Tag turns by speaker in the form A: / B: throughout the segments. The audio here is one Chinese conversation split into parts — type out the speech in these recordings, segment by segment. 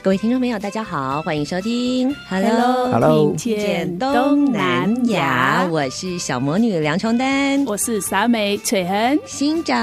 A: 各位听众朋友，大家好，欢迎收听 Hello
B: Hello
A: 听见东南亚，我是小魔女梁琼丹，
C: 我是傻美翠恒，
A: 新找。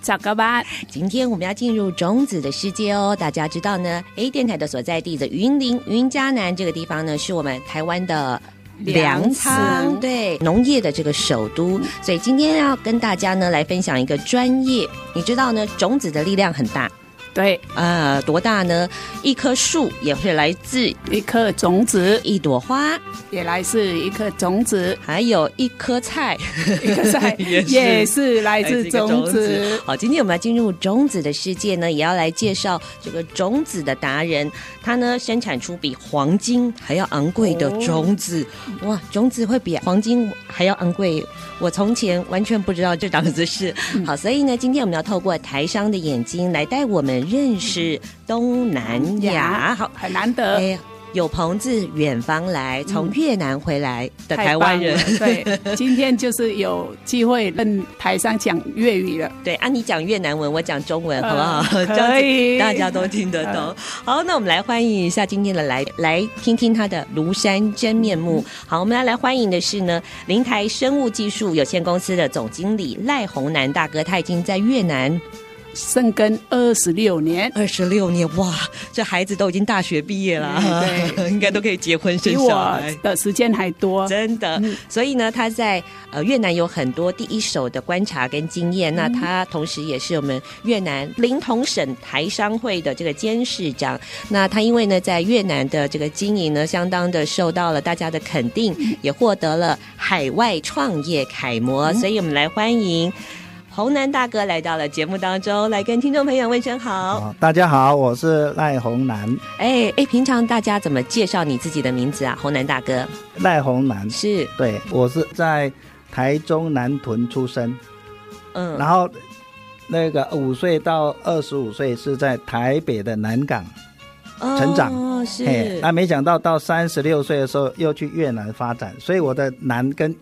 C: 早高班。
A: 今天我们要进入种子的世界哦。大家知道呢，A 电台的所在地的云林云嘉南这个地方呢，是我们台湾的。粮
C: 粮
A: 仓
C: 仓
A: 对农业的这个首都，所以今天要跟大家呢来分享一个专业。你知道呢，种子的力量很大
C: 对，
A: 啊、多大呢？一棵树也会来自
C: 一颗种子
A: 一朵花，，
C: 也来自一颗种子
A: 还有一颗菜，
C: 一个菜
A: 也是哎
C: 也是来自种子。。
A: 好，今天我们要进入种子的世界呢，也要来介绍这个种子的达人，他呢生产出比黄金还要昂贵的种子，哇，种子会比黄金还要昂贵。我从前完全不知道这档子事。好，所以呢，今天我们要透过台商的眼睛来带我们认识嗯东南亚。好，
C: 很难得，
A: 哎，有朋自远方来，从越南回来的
C: 太
A: 哎台湾人。
C: 棒了对，今天就是有机会跟台上讲粤语了，
A: 对啊，你讲越南文，我讲中文，
C: 嗯
A: 好不好？
C: 可
A: 这样子
C: 以
A: 大家都听得懂。好，那我们来欢迎一下今天的来来听听他的庐山真面目。好，我们要来欢迎的是呢，林台生物技术有限公司的总经理赖宏南大哥，他已经在越南
C: 深耕二十六年，
A: 二十六年，哇，这孩子都已经大学毕业了，
C: 嗯
A: 应该都可以结婚生
C: 比
A: 小
C: 我
A: 孩。
C: 的时间还
B: 哦
C: 多。
A: 真的，
B: 嗯
A: 所以呢，他在呃越南有很多第一手的观察跟经验。
B: 嗯
A: 那他同时也是我们越南临潼省台商会的这个监事长。那他因为呢在越南的这个经营呢，相当的受到了大家的肯定，
B: 嗯
A: 也获得了海外创业楷模。所以我们来欢迎洪南大哥来到了节目当中，来跟听众朋友问声好。
B: 啊，大家好，我是赖红南，
A: 哎哎，平常大家怎么介绍你自己的名字啊？洪南大哥
B: 赖红南，
A: 是
B: 对我是在台中南屯出生，
A: 嗯
B: 然后那个五岁到二十五岁是在台北的南港，成长
A: 哦、是。
B: 嘿，那没想到到三十六岁的时候又去越南发展，所以我的南跟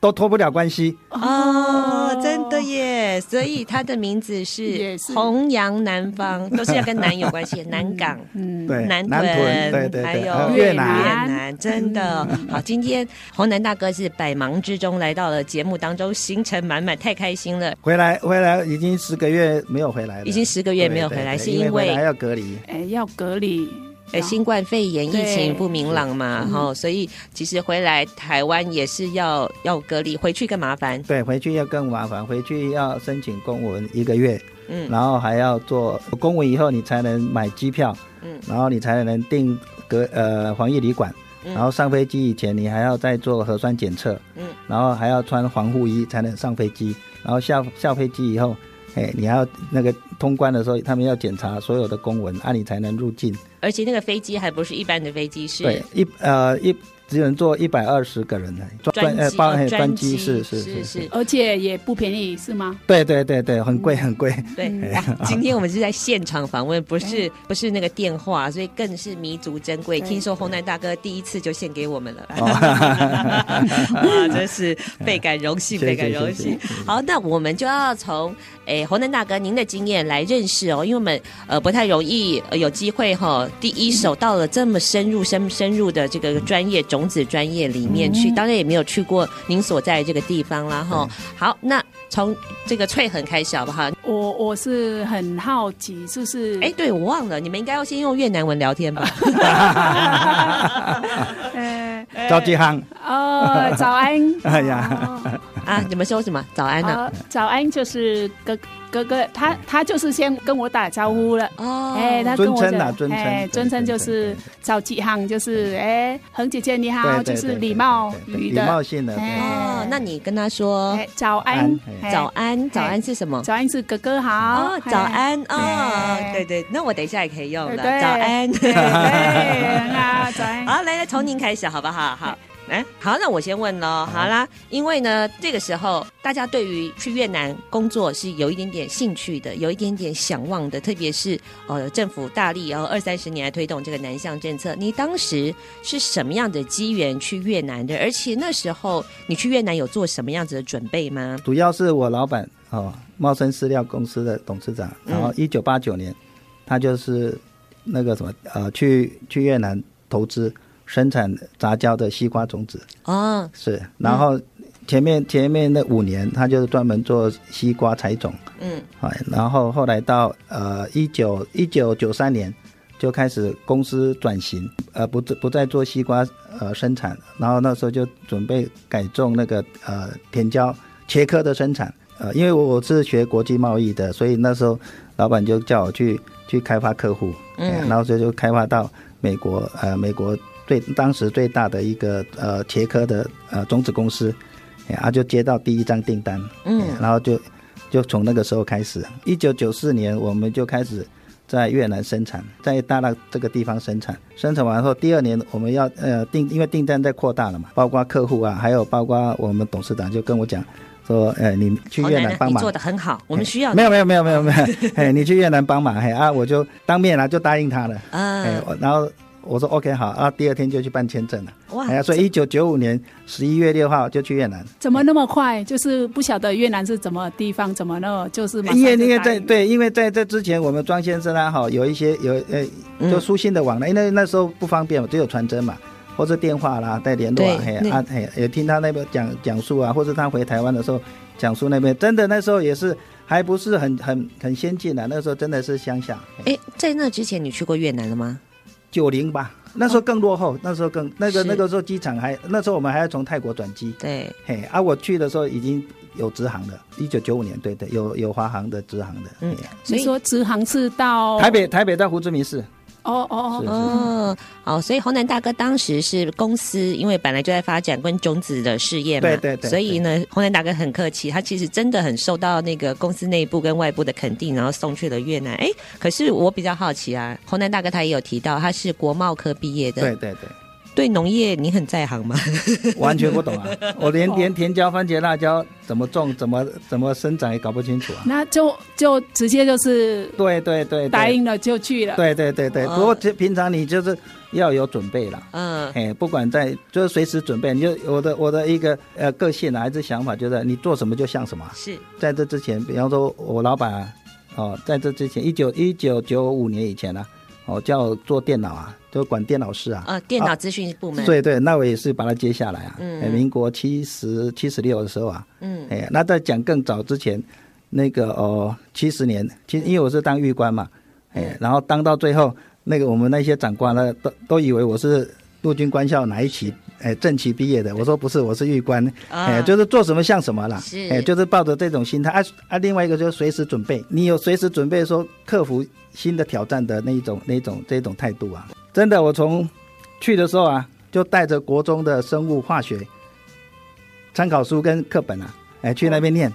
B: 都脱不了关系。
A: 哦，真的耶！所以他的名字是
C: 也是
A: 弘扬南 方，都是要跟南有关系，南港。
C: 嗯，
B: 对，
A: 南
B: 南
A: 屯，
B: 对对呃对，
A: 还
B: 还
A: 有
B: 有
C: 越
A: 越
C: 南
A: 南，真的
C: 嗯
A: 好。今天洪南大哥是百忙之中来到了节目当中，行程满满，太开心了。
B: 回来回来已经十个月没有回来了，
A: 已经十个月没有
B: 对
A: 回来，是
B: 对对因
A: 因
B: 回
A: 为
B: 来要隔离。
C: 哎，要隔离，
A: 呃，新冠肺炎疫
C: 对
A: 情不明朗嘛，然后所以其实回来台湾也是要要隔离，回去更麻烦。
B: 对，回去要更麻烦，回去要申请公文一个月，
A: 嗯，
B: 然后还要做公文以后，你才能买机票，
A: 嗯
B: 然后你才能订隔呃防疫旅馆，
A: 嗯
B: 然后上飞机以前你还要再做核酸检测，
A: 嗯，
B: 然后还要穿防护衣才能上飞机，然后下下飞机以后，哎，你还要那个通关的时候，他们要检查所有的公文，啊，你才能入境。
A: 而且那个飞机还不是一般的飞机，是
B: 对，一呃一只能坐一百二十个人来，
A: 专
B: 呃
A: 机
B: 包
A: 哦
B: 嘿专
A: 专
B: 机
A: 机
B: 是是
A: 是是
C: 而且也不便宜，是吗？
B: 对对对对，很
A: 嗯
B: 贵很贵。
A: 对，
B: 哎
A: 哇今天我们是在现场访问，不是不是那个电话，所以更是弥足珍贵。听说洪南大哥第一次就献给我们 了， 哇，真是倍感荣幸，
B: 哦 谢
A: 倍
B: 谢
A: 感荣
B: 谢
A: 幸
B: 谢谢谢。
A: 好，那我们就要从诶洪南大哥您的经验来认识哦，因为我们呃不太容易、呃、有机会哈、第一手到了这么深入深深入的这个专业
C: 嗯
A: 种子专业里面去，当然也没有去过您所在这个地方啦哈、好，那从这个翠恒开始好不好？
C: 我我是很好奇，就是
A: 哎，对我忘了，你们应该要先用越南文聊天吧？
C: 呃
B: 赵继航，，
C: 呃，早安
B: 哎呀
C: 哦
A: 啊，你们说什么？早安啊呐、
C: 呃早安就是哥哥哥，他他就是先跟我打招呼了。
A: 哦，
C: 哎、他跟
B: 尊
C: 我
B: 称啊，
C: 讲，
B: 尊称，
C: 哎，
B: 对
C: 尊称就是早几行，就是哎，恒姐姐你好，
B: 对对对
C: 就是
B: 对
C: 礼貌
B: 对对对
C: 语
B: 礼貌
C: 的，
B: 性的，
C: 哎
B: 对
A: 哦，那你跟他说
C: 哎，早安，
B: 安
C: 哎
A: 早安，早安是什么？
C: 早安是哥哥好
A: 哦，，早
C: 哎，
A: 安哦，
C: 哎
A: 对对，那我等一下也可以用了。
C: 对
A: 早
C: 对
A: 安，
C: 对对，很好，早安，
A: 好，来来，从您开始好不 好？好。哎，好，那我先问喽。好啦，因为呢，这个时候大家对于去越南工作是有一点点兴趣的，有一点点想望的，特别是呃，政府大力然后二三十年来推动这个南向政策。你当时是什么样的机缘去越南的？而且那时候你去越南有做什么样子的准备吗？
B: 主要是我老板哦，茂生饲料公司的董事长，
A: 嗯
B: 然后一九八九年，他就是那个什么呃，去去越南投资生产杂交的西瓜种子，
A: 哦，
B: 是，然后前面、前面那五年，他就是专门做西瓜采种，
A: 嗯，
B: 哎，然后后来到呃一九一九九三年就开始公司转型，呃不不再做西瓜呃生产，然后那时候就准备改种那个呃甜椒茄科的生产，呃因为我我是学国际贸易的，所以那时候老板就叫我去去开发客户，
A: 嗯
B: 哎然后所以就开发到美国呃美国最当时最大的一个呃茄科的呃种子公司，哎啊就接到第一张订单，
A: 嗯
B: 哎然后就就从那个时候开始，一九九四年我们就开始在越南生产，在大陆这个地方生产。生产完后，第二年我们要呃订，因为订单在扩大了嘛，包括客户啊，还有包括我们董事长就跟我讲说，呃，你去
A: 好
B: 越
A: 难
B: 南帮
A: 你
B: 忙
A: 做。的很好，我们需要
B: 没有没有没有没有没有， 哎，你去越南帮忙，嘿啊，我就当面啊就答应他了，哎
A: 啊，，
B: 我然后我说 OK 好，啊，第二天就去办签证了，
A: 哇
B: 哎呀，所以一九九五年十一月六号就去越南，
C: 怎么那么快？就是不晓得越南是怎么地方，怎么那就是马上
B: 哎因为
C: 就
B: 因为
C: 答
B: 在
C: 应
B: 对，因为在这之前，我们庄先生啊，哈，有一些有呃，
A: 嗯
B: 就书信的往来，因为那时候不方便嘛，只有传真嘛，或者电话啦，在联络啊，嘿
A: 对那
B: 啊嘿，也听他那边讲讲述啊，或者他回台湾的时候讲述那边，真的那时候也是还不是很很很先进的、啊那时候真的是乡下，
A: 哎，在那之前你去过越南了吗？
B: 九零吧，那时候更落后，那时候更那个
A: 是
B: 那个时候机场还那时候我们还要从泰国转机，
A: 对，
B: 嘿啊，我去的时候已经有直航了，一九九五年对对，有有华航的直航的，
A: 嗯
B: 嘿
A: 所
C: 你
A: 以
C: 说直航是到
B: 台北台北到胡志明市。
C: 哦哦
B: 是
C: 哦，
A: 哦，好，所以侯南大哥当时是公司，因为本来就在发展跟种子的事业嘛，
B: 对对对
A: 所以呢，侯南大哥很客气，他其实真的很受到那个公司内部跟外部的肯定，然后送去了越南。哎，可是我比较好奇啊，侯南大哥他也有提到，他是国贸科毕业的，
B: 对对对，
A: 对农业你很在行吗？
B: 完全不懂啊！我连
C: 哦
B: 连甜椒、番茄、辣椒怎么种、怎么怎么生长也搞不清楚啊！
C: 那就就直接就是
B: 对对对，对
C: 答。应了就去了。
B: 对对对对，
A: 哦
B: 不过这平常你就是要有准备啦。
A: 嗯，
B: 哎，不管在就是随时准备，你就我的我的一个呃个性啊，还是想法，就是你做什么就像什么啊。
A: 是，
B: 在这之前，比方说我老板啊，哦，在这之前一九一九九五年以前啊，哦叫我做电脑啊，就管电脑师啊。
A: 呃，电脑资讯部门，
B: 对对，那我也是把它接下来啊。
A: 嗯
B: 哎民国七十七十六的时候啊，
A: 嗯，
B: 哎，那在讲更早之前，那个哦，七十年，其实因为我是当狱官嘛，
A: 嗯
B: 哎，然后当到最后，那个我们那些长官呢，都都以为我是陆军官校哪一期哎正旗毕业的，我说不是，我是狱官，
A: 啊
B: 哎，就是做什么像什么啦
A: 是，
B: 哎，就是抱着这种心态啊啊，另外一个就是随时准备，你有随时准备说克服新的挑战的那一种那一种这种态度啊，真的，我从去的时候啊，就带着国中的生物化学参考书跟课本啊，哎，去那边念，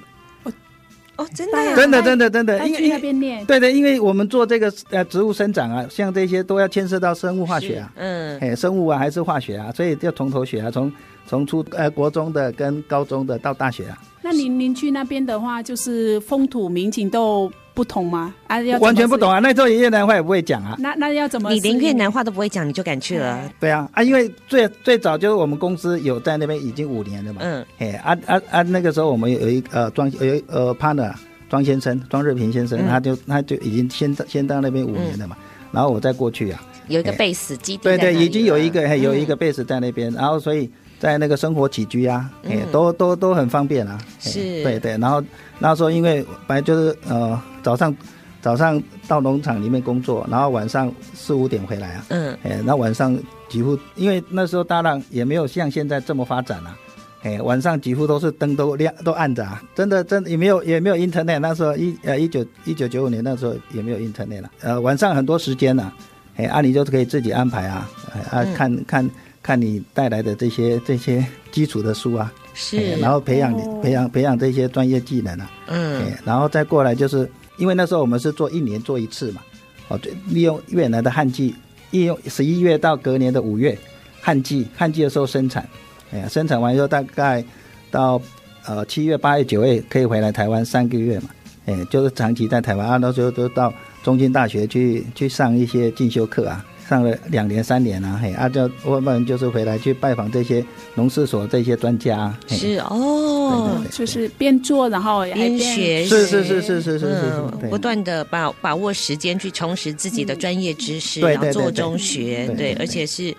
A: 哦，真的啊、
B: 真的，真的，真的，
C: 他
B: 因
C: 哎去
B: 为
C: 那边念，
B: 对的，因为我们做这个呃植物生长啊，像这些都要牵涉到生物化学啊，
A: 是嗯，
B: 哎，生物啊还是化学啊，所以要从头学啊，从从初呃国中的跟高中的到大学啊，
C: 那您您去那边的话，就是风土民情都不同吗？啊，要怎么
B: 完全不懂
C: 适
B: 啊，那时候越南话也不会讲啊
A: 嗯
C: 应。，那那要怎么适
A: 你
C: 应？
A: 连越南话都不会讲，你就敢去了
C: 哎，
B: 对啊，啊，因为最最早就是我们公司有在那边已经五年了嘛，
A: 嗯，
B: 哎，啊啊啊，那个时候我们有一呃庄有一呃 partner 庄先生，庄瑞平先生，
A: 嗯
B: 他就他就已经先到先到那边五年了嘛，然后我再过去啊，
A: 有一个
B: 哎
A: base 基地在
B: 对
A: 那里了，
B: 对，已经有一个嘿有一
A: 嗯
B: 个 base 在那边，然后所以在那个生活起居啊，哎、
A: 嗯
B: 都都都很方便啊。哎
A: 是
B: 对对。然后那时候因为本来就是呃早上早上到农场里面工作，然后晚上四五点回来啊，
A: 嗯
B: 哎，那晚上几乎因为那时候当然也没有像现在这么发展啊。哎，晚上几乎都是灯都亮都暗着啊，真的真的也没有也没有 internet，那时候一呃一九一九九五年那时候也没有 internet 了，呃晚上很多时间呢、啊，哎啊你就可以自己安排啊，哎啊
A: 嗯
B: 看看看你带来的这些这些基础的书啊，
A: 是哦
B: 哎，然后培养你、培养培养这些专业技能啊，
A: 嗯
B: 哎，然后再过来就是因为那时候我们是做一年做一次嘛，哦，对，利用越南的旱季，利用十一月到隔年的五月旱季，旱季的时候生产，哎呀，生产完以后大概到呃七月、八月、九月可以回来台湾三个月嘛，哎，就是长期在台湾啊，那时候都到中京大学去去上一些进修课啊。上了两年三年啊，嘿，啊，就我们就是回来去拜访这些农事所这些专家、啊，嘿
A: 是哦
B: 对。对
C: 就是边做然后也还
A: 边学习
B: 是是是是是是是
A: 嗯，
B: 对
A: 不断的把把握时间去充实自己的专业知识，
B: 嗯对
A: 然后
B: 对对
A: 做
B: 对
A: 中学，
B: 对对对
A: 而且是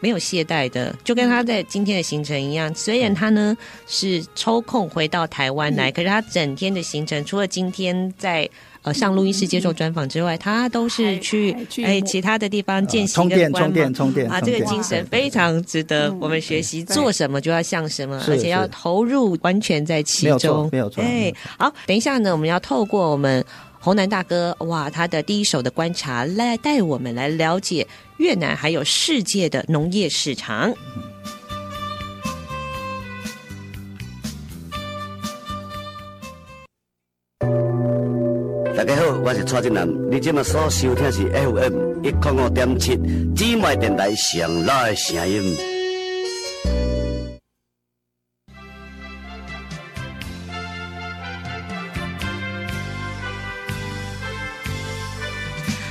A: 没有懈怠的，就跟他在今天的行程一样。
B: 嗯
A: 虽然他呢是抽空回到台湾
B: 嗯
A: 来，可是他整天的行程，除了今天在呃上录音室接受专访之外，他都是
C: 还
A: 去
C: 还去
A: 哎
C: 摸
A: 其他的地方见
B: 呃
A: 习
B: 充
A: 跟
B: 电
A: 观
B: 充
A: 摩
B: 电。充电
A: 啊，
B: 充
A: 这个
B: 电
A: 精神
B: 对
A: 非常值得
C: 嗯
A: 我们学习，
C: 对
A: 做什么就要像什么，
B: 是
A: 而且要
B: 是
A: 投入完全在其
B: 没有
A: 中
B: 错，没有错嗯没
A: 哎
B: 有错，
A: 好，等一下呢，我们要透过我们红南大哥哇他的第一手的观察，来带我们来了解越南还有世界的农业市场。
D: 大家好，我是蔡振南。你今麦所收听是 FM 一零五点七姊妹电台上老的声音。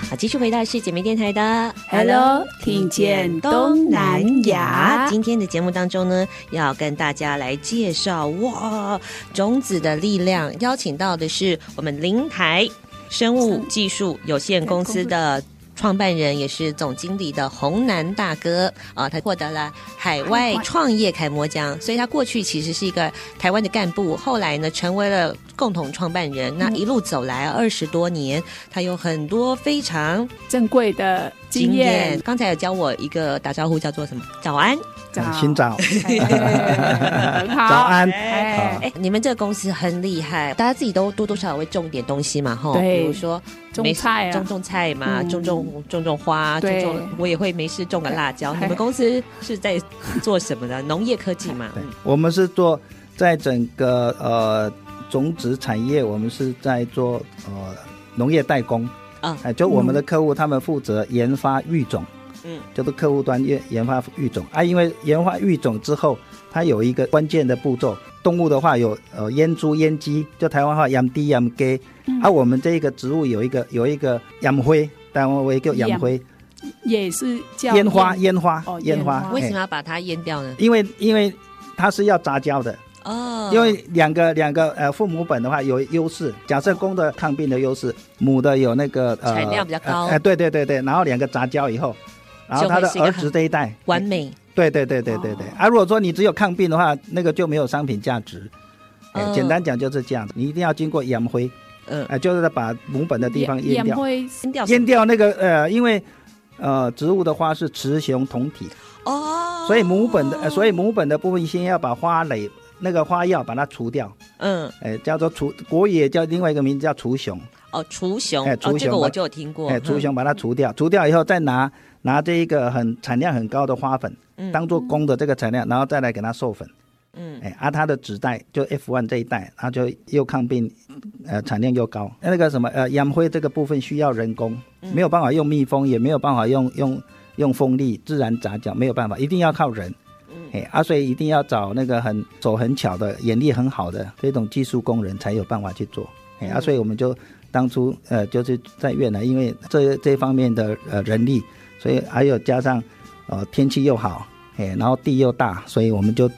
A: 好，继续回到是姐妹电台的
C: Hello，听见东南亚
A: 今天的节目当中呢，要跟大家来介绍哇，种子的力量。邀请到的是我们灵台生物技术有限公司的。创办人也是总经理的洪南大哥啊，他获得了海外创业楷模奖，所以他过去其实是一个台湾的干部，后来呢成为了共同创办人。那一路走来二十多年，他有很多非常
C: 珍贵的经验，
A: 刚才有教我一个打招呼叫做什么？早安。
C: 找
B: 寻找
C: 哎 很好，
B: 嗯早安
C: 哎
A: 哎，你们这个公司很厉害，大家自己都多多少少会种点东西嘛，哈。
C: 对
A: 比如说
C: 种菜啊
A: 种种菜嘛，
C: 嗯
A: 种种种种花，种
C: 对
A: 种我也会没事种个辣椒。
C: 哎
A: 你们公司是在做什么的？农业科技嘛。
B: 对，我们是做在整个呃种子产业，我们是在做呃农业代工
A: 啊
B: 哎就我们的客户他们负责研发育种，
A: 嗯，
B: 就是客户端研研发育种啊，因为研发育种之后，它有一个关键的步骤，动物的话有呃阉猪、阉鸡，就台湾话养鸡、养鸡，啊，我们这个植物有一个有一个养灰，台湾话叫养灰，
C: 也是叫
B: 烟花、烟花
C: 哦、
B: 烟
C: 烟花
B: 花，
A: 为什
B: 哎
A: 么要把它淹掉呢？
B: 因为因为它是要杂交的，
A: 哦，
B: 因为两个两个呃父母本的话有优势，假设公的抗病的优势，母的有那个呃
A: 产量比较高
B: 哎、呃对对对对，然后两个杂交以后，然后他的
A: 就会是一个
B: 儿
A: 很
B: 子这一代
A: 完，美。哦
B: 对对对对对对、啊，如果说你只有抗病的话，那个就没有商品价值。哎
A: 嗯
B: 简单讲就是这样子，你一定要经过养灰，
A: 嗯
B: 哎、，就是把母本的地方
C: 烟
B: 淹掉，
C: 灰
A: 淹掉什
B: 淹
A: 么
B: 掉那个呃，因为呃植物的花是雌雄同体，
A: 哦，
B: 所以母本的、呃所以母本的部分先要把花蕾那个花药把它除掉，
A: 嗯
B: 哎，叫做除国语也叫另外一个名字叫除熊，
A: 哦，除熊
B: 哎
A: 哦，
B: 除
A: 这个
B: 熊
A: 我
B: 吧
A: 就有听过。嗯
B: 哎，除熊把它除掉，除掉以后再拿拿这一个很产量很高的花粉
A: 嗯
B: 当做公的这个产量，然后再来给它授粉，
A: 嗯，
B: 哎，啊，它的子代就 F1 这一代，它就又抗病，呃，产量又高。那个什么呃，养灰这个部分需要人工，
A: 嗯
B: 没有办法用蜜蜂，也没有办法用用用风力自然杂交，没有办法，一定要靠人。哎，啊，所以一定要找那个很手很巧的、眼力很好的这种技术工人，才有办法去做。哎，啊，所以我们就当初呃，就是在越南，因为这这方面的呃人力，所以还有加上呃天气又好，哎，然后地又大，所以我们就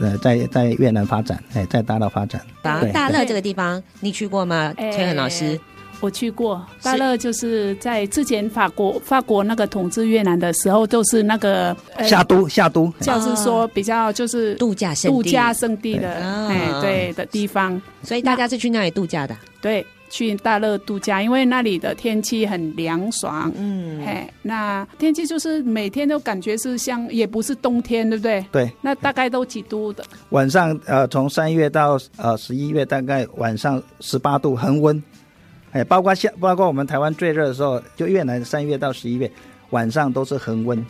B: 呃在在越南发展，哎，在大陆发展。
A: 把
B: 对
A: 大乐这个地方，你去过吗？
C: 哎
A: 崔恒老师，
C: 我去过大乐，就是在之前法国法国那个统治越南的时候，都是那个、呃
B: 夏都夏都，
C: 就是说比较就是
A: 度假胜地
C: 度假胜地的，
A: 对
C: 哎、
A: 啊
C: 对的地方，
A: 所以大家是去那里度假的啊。
C: 对，去大乐度假，因为那里的天气很凉爽，
A: 嗯，
C: 哎，那天气就是每天都感觉是像，也不是冬天，对不对？
B: 对，
C: 那大概都几度的？
B: 晚上呃，从三月到呃十一月，大概晚上十八度，恒温。哎，包括夏，包括我们台湾最热的时候，就越南三月到十一月晚上都是恒温，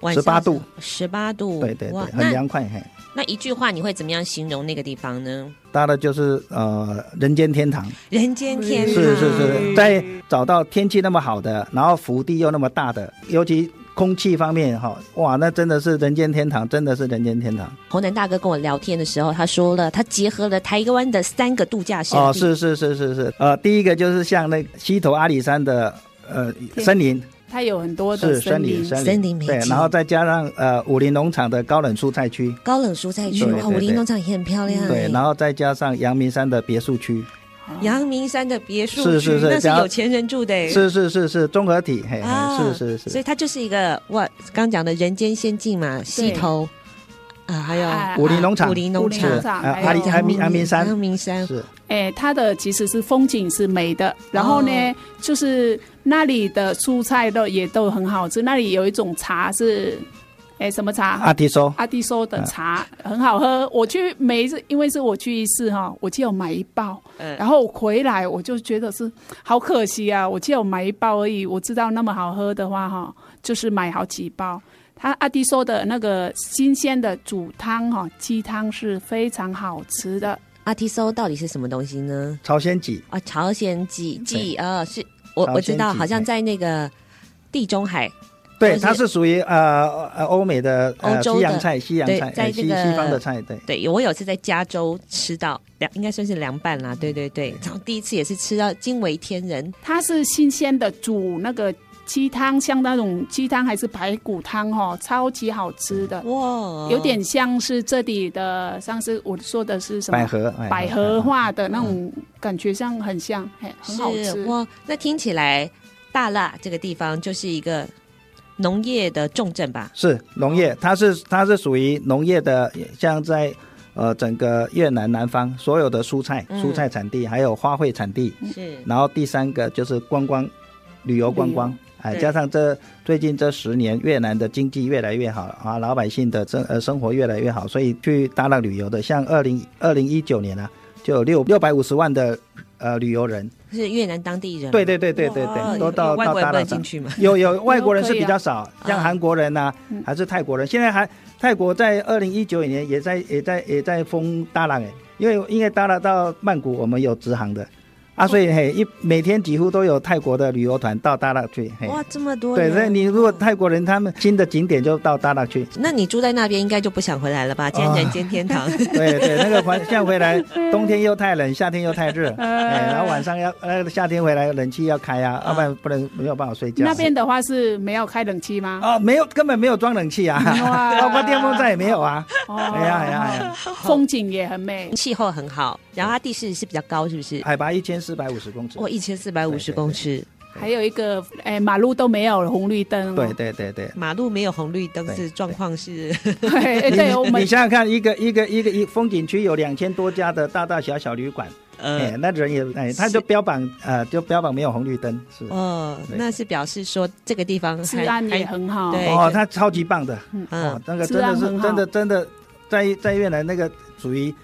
A: 晚上
B: 18度，
A: 十八度，
B: 对对对
A: 哦哇，
B: 很
A: 那
B: 凉快。嘿，
A: 那一句话你会怎么样形容那个地方呢？
B: 搭的就是呃人间天堂，
A: 人间天堂，
B: 是是是，在找到天气那么好的，然后福地又那么大的，尤其空气方面哈，哇，那真的是人间天堂，真的是人间天堂。
A: 红南大哥跟我聊天的时候，他说了，他结合了台湾的三个度假胜地，
B: 哦，是是是是是，呃，第一个就是像那西头阿里山的呃
C: 天
B: 森林，
C: 它有很多的
B: 是
C: 森
B: 森
C: 林
B: 林，森
A: 森林美
B: 对，
A: 景
B: 然后再加上呃武林农场的高冷蔬菜区，
A: 高冷蔬菜区，
B: 对
A: 哇，
B: 对
A: 武林
B: 对
A: 农场也很漂亮哎，
B: 对，然后再加上阳明山的别墅区，
A: 阳明山的别墅
B: 是
A: 区，
B: 是是
A: 那是
B: 然后
A: 有钱人住的哎，
B: 是是是是综合体，嘿，
A: 啊
B: 嘿，是是
A: 所以
B: 是，
A: 它就是一个哇，刚讲的人间仙境嘛，溪头啊，还有
C: 哎
B: 武林农场
A: 武林农
C: 武
B: 是
C: 林
A: 场
C: 农。
B: 啊
C: 场还有
B: 阿里安明安明
A: 阳
B: 山
A: 明山，
B: 是
C: 哎，它的其实是风景是美的，然后呢，
A: 哦
C: 就是那里的蔬菜都也都很好吃，那里有一种茶是，哎，什么茶？
A: 嗯
B: 阿提索，
C: 阿弟说的茶、
A: 啊
C: 很好喝，我去每一次，因为是我去一次哈，我记得我买一包，
A: 嗯
C: 然后回来我就觉得是好可惜啊，我记得我买一包而已，我知道那么好喝的话哈，就是买好几包。他阿弟说的那个新鲜的煮汤哈，鸡汤是非常好吃的，
A: 阿提搜到底是什么东西呢？
B: 朝鲜脊，
A: 啊，朝鲜蓟蓟啊，是我
B: 嗯朝鲜
A: 我知道，
B: 蓟
A: 好像在那个地中海，
B: 对，
A: 朝鲜
B: 它是属于呃呃欧美的
A: 欧
B: 呃
A: 洲的
B: 西洋菜，西洋
A: 对
B: 菜，
A: 在
B: 呃
A: 这
B: 西
A: 个
B: 西方的菜，对。
A: 对我有次在加州吃到凉，应该算是凉拌啦，对对对，然后第一次也是吃到惊为天人，
C: 它是新鲜的煮那个鸡汤，像那种鸡汤还是排骨汤哈，超级好吃的。
A: 哇，
C: 有点像是这里的，上次我说的是什么
B: 百合，哎
C: 百合花的那种感觉上很像，嘿，很好
A: 是
C: 吃。
A: 哇，那听起来大辣这个地方就是一个农业的重镇吧？
B: 是农业，它是它是属于农业的，像在呃整个越南南方所有的蔬菜、
A: 嗯
B: 蔬菜产地，还有花卉产地。
A: 是
B: 然后第三个就是观光旅游观光，哎，
A: 对
B: 加上这最近这十年越南的经济越来越好啊，老百姓的生呃生活越来越好，所以去大浪旅游的，像二零二零一九年啊，就有六六百五十万的呃旅游人，
A: 是越南当地人吗，
B: 对对对对对
A: 哦
B: 对，
A: 有
B: 都到
A: 有外
B: 到
A: 国人
B: 大
A: 不能
B: 浪
A: 进
B: 上。
A: 去嘛？
B: 有 有外国人是比较少，
A: 可以啊
B: 像韩国人呐、
C: 嗯
B: 还是泰国人。现在还泰国在二零一九年也在也在也在封大浪哎，因为因为大浪到曼谷我们有直航的啊，
A: 哦
B: 所以嘿一每天几乎都有泰国的旅游团到大浪去嘿。
A: 哇，啊这么多
B: 对，
A: 人！哦
B: 所以你如果泰国人他们新的景点就到大 浪去。
A: 那你住在那边应该就不想回来了 吧？今天
B: 啊
A: 人间天堂，
B: 对对，那个环像回来，冬天又太冷，夏天又 太热，哎，然后晚上要呃夏天回来冷气要开啊，要不然不能没有办法睡觉。
C: 那边的话是没有开冷气吗？
B: 哦，没有，根本没有装冷气啊，
C: 哇
B: 包括电风扇也没有啊。
C: 哦，
B: 哎呀哎呀哎呀，
A: 哦
C: 风景也很美。
A: 气候很好，然后它地势是比较高，是不是？
B: 海拔一千四百五十公尺
C: 哦
A: 哇，。一千四百五十
B: 对对对
A: 公尺，
C: 还有一个，哎，马路都没有红绿灯、
B: 对，对对对。
A: 马路没有红绿灯，
B: 对
A: 是状况 是
C: 哎，
B: 你
C: 对我
B: 你
C: 们
B: 想想看，一个一个一个一风景区有两千多家的大大小小旅馆，哎，
A: 呃。
B: 那人也哎，他就标榜呃，就标榜没有红绿灯，是
A: 哦，
B: 对
A: 那是表示说这个地方
C: 治
A: 还
C: 安也
A: 还
C: 很好。
A: 对
B: 哦
A: 就，
B: 他超级棒的，哦
A: 哎嗯，，
B: 那个
C: 治
B: 真的
C: 安很
B: 是
C: 好
B: 真的真的，在在越南那个属于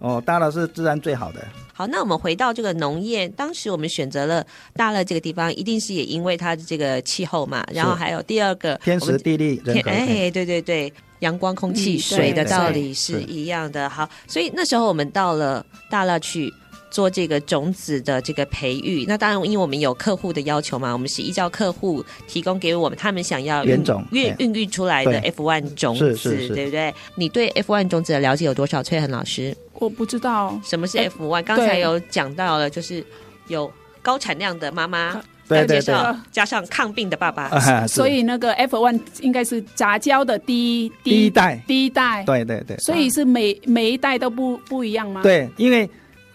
B: 哦，大了是治安最好的，
A: 好，那我们回到这个农业，当时我们选择了大乐这个地方，一定是也因为它的这个气候嘛，然后还有第二个
B: 天
A: 我
B: 时
A: 们
B: 地利人
A: 天
B: 和。嘿
A: 哎，对对对，阳光、空气、
C: 嗯
A: 水的
C: 对
A: 道
C: 对
A: 理是
B: 是
A: 一样的。好，所以那时候我们到了大乐去。做这个种子的这个培育，那当然，因为我们有客户的要求嘛，我们是依照客户提供给我们他们想要
B: 原
A: 孕
B: 种
A: 孕
B: 哎
A: 孕育出来的
B: 对
A: F one 种子，
B: 是是是
A: 对不对？你对 F one 种子的了解有多少？翠恒老师，
C: 我不知道，
A: 什么是
C: 哎
A: F one？刚才
C: 对
A: 有讲到了，就是有高产量的妈妈，
B: 对对
A: 介
B: 对，
A: 绍加上抗病的爸爸，
B: 啊
C: 所
B: 是
C: 以那个 F one 应该是杂交的第一
B: 第一代，
C: 第一代，
B: 对对对嗯
C: 所以是每每一代都不不一样吗？，
B: 对，因为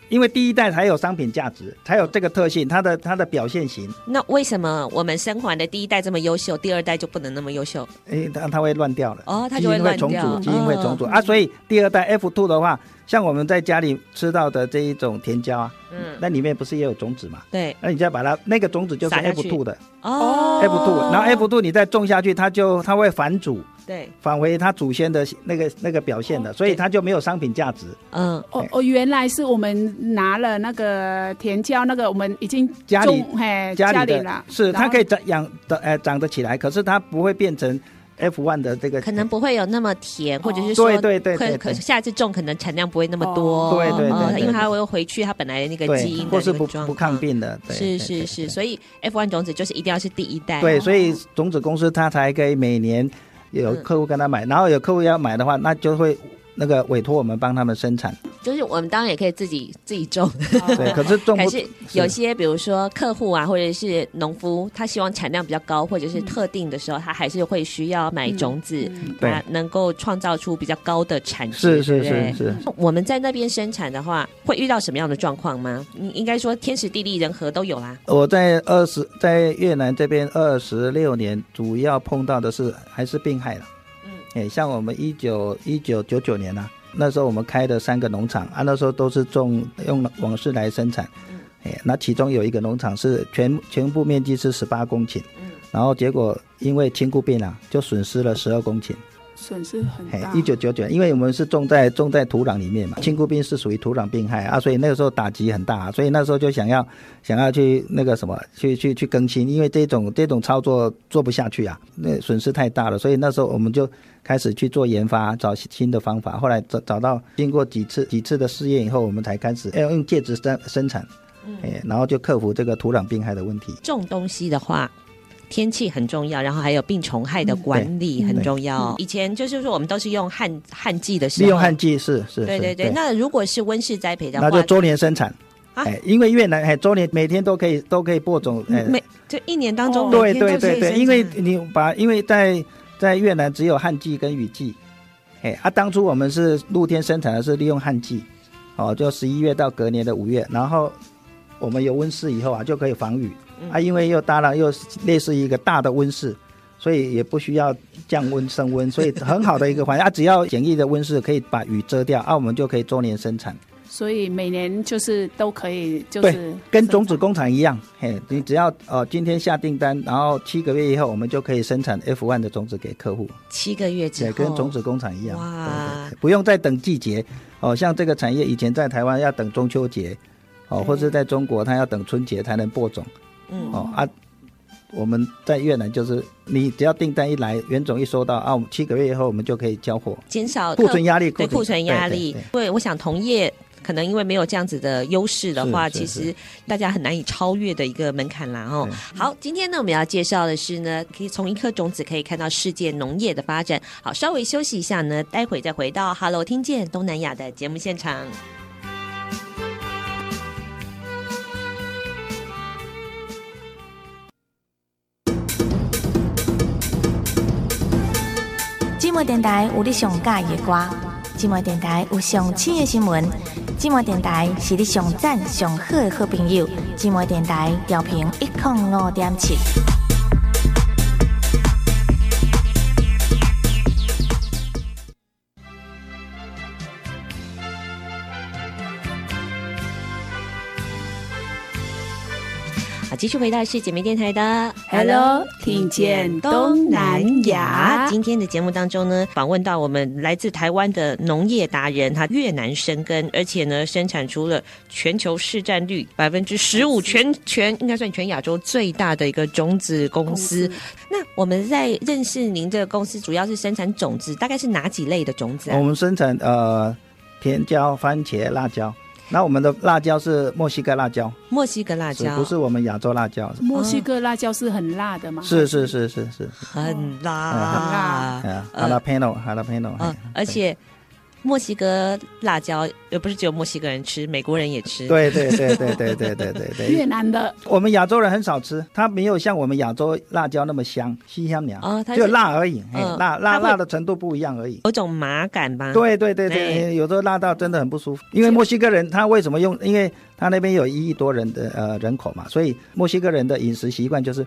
B: 因为第一代才有商品价值，才有这个特性，它的它的表现型，
A: 那为什么我们生还的第一代这么优秀，第二代就不能那么优秀？
B: 诶，它它会乱掉了。
A: 哦，它
B: 基
A: 就会
B: 因会
A: 乱
B: 重
A: 掉，
B: 组，基因会重组、
A: 嗯
B: 啊，所以第二代 F two 的话，像我们在家里吃到的这一种甜椒啊，
A: 嗯，
B: 那里面不是也有种子嘛？
A: 对，
B: 那你再把它那个种子就是
A: 撒下
B: F
A: 去
B: two 的
A: 哦
B: F two，然后 F two 你再种下去，它就它会反祖，
A: 对，
B: 返回它祖先的那个那个表现
A: 哦
B: 的，所以它就没有商品价值。
A: 嗯，
C: 哦哦，原来是我们拿了那个甜椒，那个我们已经
B: 家里
C: 种嘿
A: 哎
B: 里的
C: 了，
B: 是
C: 然后
B: 它可以长养的呃长得起来，可是它不会变成 F one 的这个
A: 可能不会有那么甜，或者是说
B: 对对对
A: 可
B: 对
A: 可
B: 对。
A: 下次种可能产量不会那么多，
B: 对对对
A: 哦
B: 对
A: 因为它会回去它本来的那个
B: 对
A: 基因，
B: 或
A: 的
B: 是
A: 那
B: 不
A: 个状
B: 不
A: 况。
B: 抗病的，对
A: 是是是，所以 F1 种子就是一定要是第一代，啊
B: 以对，所以种子公司它才可以每年有
A: 嗯
B: 客户跟他买，然后有客户要买的话，那就会那个委托我们帮他们生产，
A: 就是我们当然也可以自己自己种，
B: 对，可是种
A: 可
B: 不
A: 是有些比如说客户啊，或者是农夫，他希望产量比较高，或者
B: 嗯
A: 是特定的时候，他还是会需要买种子，
C: 嗯
B: 对
A: 它能够创造出比较高的产值。
B: 是是
A: 对不对
B: 是是，
A: 我们在那边生产的话，会遇到什么样的状况吗？你应该说天时地利人和都有啦。
B: 我在二十在越南这边二十六年，主要碰到的是还是病害了。嗯，哎，像我们一九一九九九年啊，那时候我们开的三个农场啊，那时候都是种用网室来生产。哎，那其中有一个农场是全全部面积是十八公顷，
A: 嗯
B: 然后结果因为青菇病啊，就损失了十二公顷。
C: 损失很
B: 嘿
A: 啊
C: 大，。
B: 一九九九，因为我们是种在种在土壤里面嘛，青菇病是属于土壤病害啊，所以那个时候打击很大、啊所以那时候就想要想要去那个什么，去去去更新，因为这种这种操作做不下去啊，那损失太大了，所以那时候我们就开始去做研发，找新新的方法。后来找找到，经过几次几次的试验以后，我们才开始要用介质生生产，
A: 嗯
B: 哎，然后就克服这个土壤病害的问题。
A: 种东西的话。天气很重要，然后还有病虫害的
B: 嗯
A: 管理很重要。以前就是说，我们都是用旱旱季的时候，
B: 利用旱季是是，是
A: 啊对对对。那如果是温室栽培的话，
B: 那就周年生产。
A: 啊嗯
B: 哎，因为越南哎，周年每天都可以都可以播种，哎，
A: 每就一年当中
C: 哦
A: 每
B: 对
A: 天都
B: 对
A: 可以
B: 对对，
A: 生
B: 因为
A: 产
B: 你把因为在在越南只有旱季跟雨季，哎啊，当初我们是露天生产的是利用旱季，哦，就十一月到隔年的五月，然后我们有温室以后啊，就可以防雨
A: 嗯
B: 啊，因为又搭了又是类似一个大的温室。所以也不需要降温升温，所以很好的一个环境啊，只要简易的温室可以把雨遮掉，啊，我们就可以周年生产。
C: 所以每年就是都可以，就
B: 对
C: 是
B: 跟种子工厂一样，嘿，你只要呃今天下订单，然后七个月以后，我们就可以生产 F1 的种子给客户，
A: 七个月之
B: 也
A: 后，
B: 跟种子工厂一样，
A: 哇
B: 对对对不用再等季节。哦，像这个产业以前在台湾要等中秋节，哦，或者在中国它要等春节才能播种，
A: 嗯
B: 哦啊，我们在越南就是你只要订单一来，原种一收到啊，我们七个月以后我们就可以交货，
A: 减少
B: 库存压力，
A: 哦对库存压力。
B: 对对对
A: 对，我想同业可能因为没有这样子的优势的话，
B: 是
A: 其
B: 是
A: 实大家很难以超越的一个门槛啦。哦，好，今天呢我们要介绍的是呢，可以从一颗种子可以看到世界农业的发展。好，稍微休息一下呢，待会再回到 Hello 听见东南亚的节目现场。
E: 寂寞电台有你上喜欢的歌，寂寞电台有上新的新闻，寂寞电台是你上赞上好的好朋友。寂寞电台调频一点五点七。
A: 好，继续回到是姐妹电台的
C: Hello，听见东南亚
A: 今天的节目当中呢，访问到我们来自台湾的农业达人，他越南生根，而且呢生产出了全球市占率百分之十五，全全应该算全亚洲最大的一个种子公司。那我们在认识您这个公司，主要是生产种子，大概是哪几类的种子
B: 我
A: 啊？
B: 们生产呃甜椒、番茄、辣椒。那我们的辣椒是墨西哥辣椒，
A: 墨西哥辣
B: 是
A: 椒，
B: 不是我们亚洲辣椒？
C: 墨西哥辣椒是很辣的嘛？
B: 是是是是是，啊
A: 很
B: 很
A: 辣
C: 辣
B: 哎呀
A: 呃
B: ，jalapeno jalapeno，
A: 嗯
B: 哎，
A: 而且墨西哥辣椒也不是只有墨西哥人吃，美国人也吃。
B: 对对对对对对对对 对，
A: 嗯
C: 越南的
B: 我们亚洲人很少吃，它没有像我们亚洲辣椒那么香，西香凉，
A: 哦它是
B: 就辣而已，嘿
A: 嗯
B: 辣辣
A: 它会
B: 辣的程度不一样而已。
A: 有种麻感吗？，
B: 对对对
A: 啊哎
B: 对，有时候辣到真的很不舒服。因为墨西哥人他为什么用？因为他那边有一亿多人的呃人口嘛，所以墨西哥人的饮食习惯就是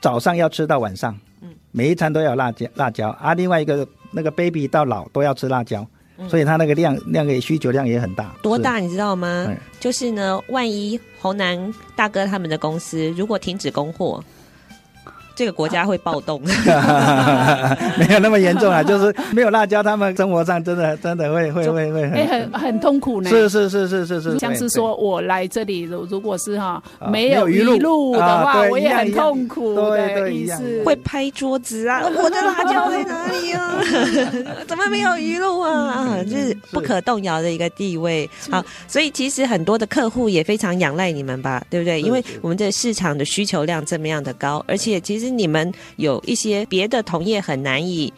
B: 早上要吃到晚上，
A: 嗯，
B: 每一餐都要有辣椒辣椒啊。另外一个那个 baby 到老都要吃辣椒，
A: 嗯
B: 所以他那个量量也需求量也很大，
A: 多
B: 是？
A: 大你知道吗？
B: 哎
A: 就是呢，万一红南大哥他们的公司如果停止供货，这个国家会暴动。
B: 没有那么严重啊，就是没有辣椒，他们生活上真的真的会会
C: 就
B: 会会
C: 哎、
B: 很。
C: 很很痛苦呢。
B: 是是是是是是，
C: 像
B: 对
C: 是说，我来这里，如如果是哈
B: 啊
C: 没
B: 没有
C: 鱼
B: 鱼露
C: 露的
B: 啊
C: 话，
B: 对
C: 我
B: 一
C: 也
B: 样
C: 很
B: 一样
C: 痛苦
B: 对
C: 的
B: 对
C: 意
B: 一样
C: 思
B: 一。
A: 会拍桌子啊！我的辣椒在哪里啊？ 怎么没有鱼露啊？啊，就是不可动摇的一个地位。好，所以其实很多的客户也非常仰赖你们吧，对不对？
B: 是
A: 因为我们的市场的需求量这么样的高，而且其实你们有一些别的同业很难以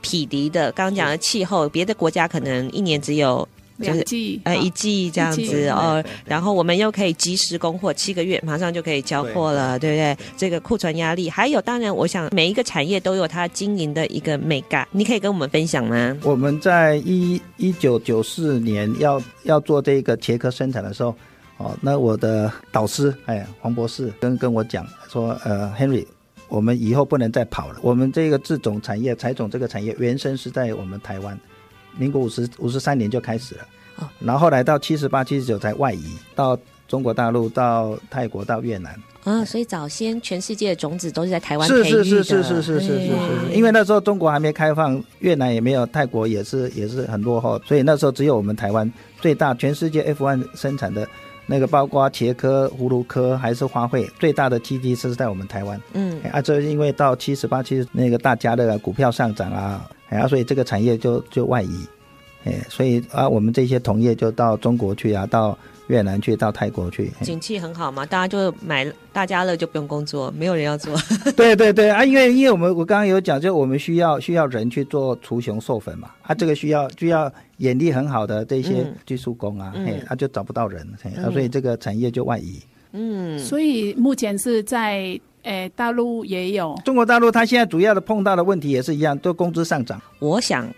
A: 匹敌的，刚刚讲的气候，别的国家可能一年只有就是
C: 两季，
A: 呃
C: 啊
A: 一季这样
C: 一
A: 子
C: 季
A: 哦
B: 对对对，
A: 然后我们又可以及时供货，七个月马上就可以交货了，对不对？这个库存压力，还有当然，我想每一个产业都有它经营的一个美感，你可以跟我们分享吗？
B: 我们在一一九九四年要要做这个茄科生产的时候，哦，那我的导师哎黄博士跟跟我讲说，呃，Henry，我们以后不能再跑了，我们这个制种产业、采种这个产业原生是在我们台湾，民国五十五十三年就开始了，
A: 哦
B: 然后后来到七十八、七十九才外移到中国大陆、到泰国、到越南。
A: 啊，所以早先全世界的种子都是在台湾培育
B: 是
A: 的，
B: 是是是是是是是
A: 对
B: 是，因为那时候中国还没开放，越南也没有，泰国也是也是很落后，所以那时候只有我们台湾最大，全世界 F1 生产的那个包括茄科、葫芦科还是花卉，最大的基地是在我们台湾。
A: 嗯
B: 哎啊，这是因为到七十八、七十那个大家的股票上涨啊，哎啊，所以这个产业就就外移，哎，所以啊，我们这些同业就到中国去啊，到越南去，到泰国去。哎
A: 景气很好嘛，大家就买大家乐就不用工作，没有人要做。
B: 对对对啊，因为因为我们我刚刚有讲，就我们需要需要人去做除熊授粉嘛，啊，这个需要需要眼力很好的这些
A: 嗯
B: 技术工啊，
A: 嗯
B: 嘿，啊就找不到人，嘿，啊
A: 嗯
B: 所以这个产业就外移。
A: 嗯，
C: 所以目前是在诶大陆也有，
B: 中国大陆它现在主要的碰到的问题也是一样，都工资上涨，
A: 我想。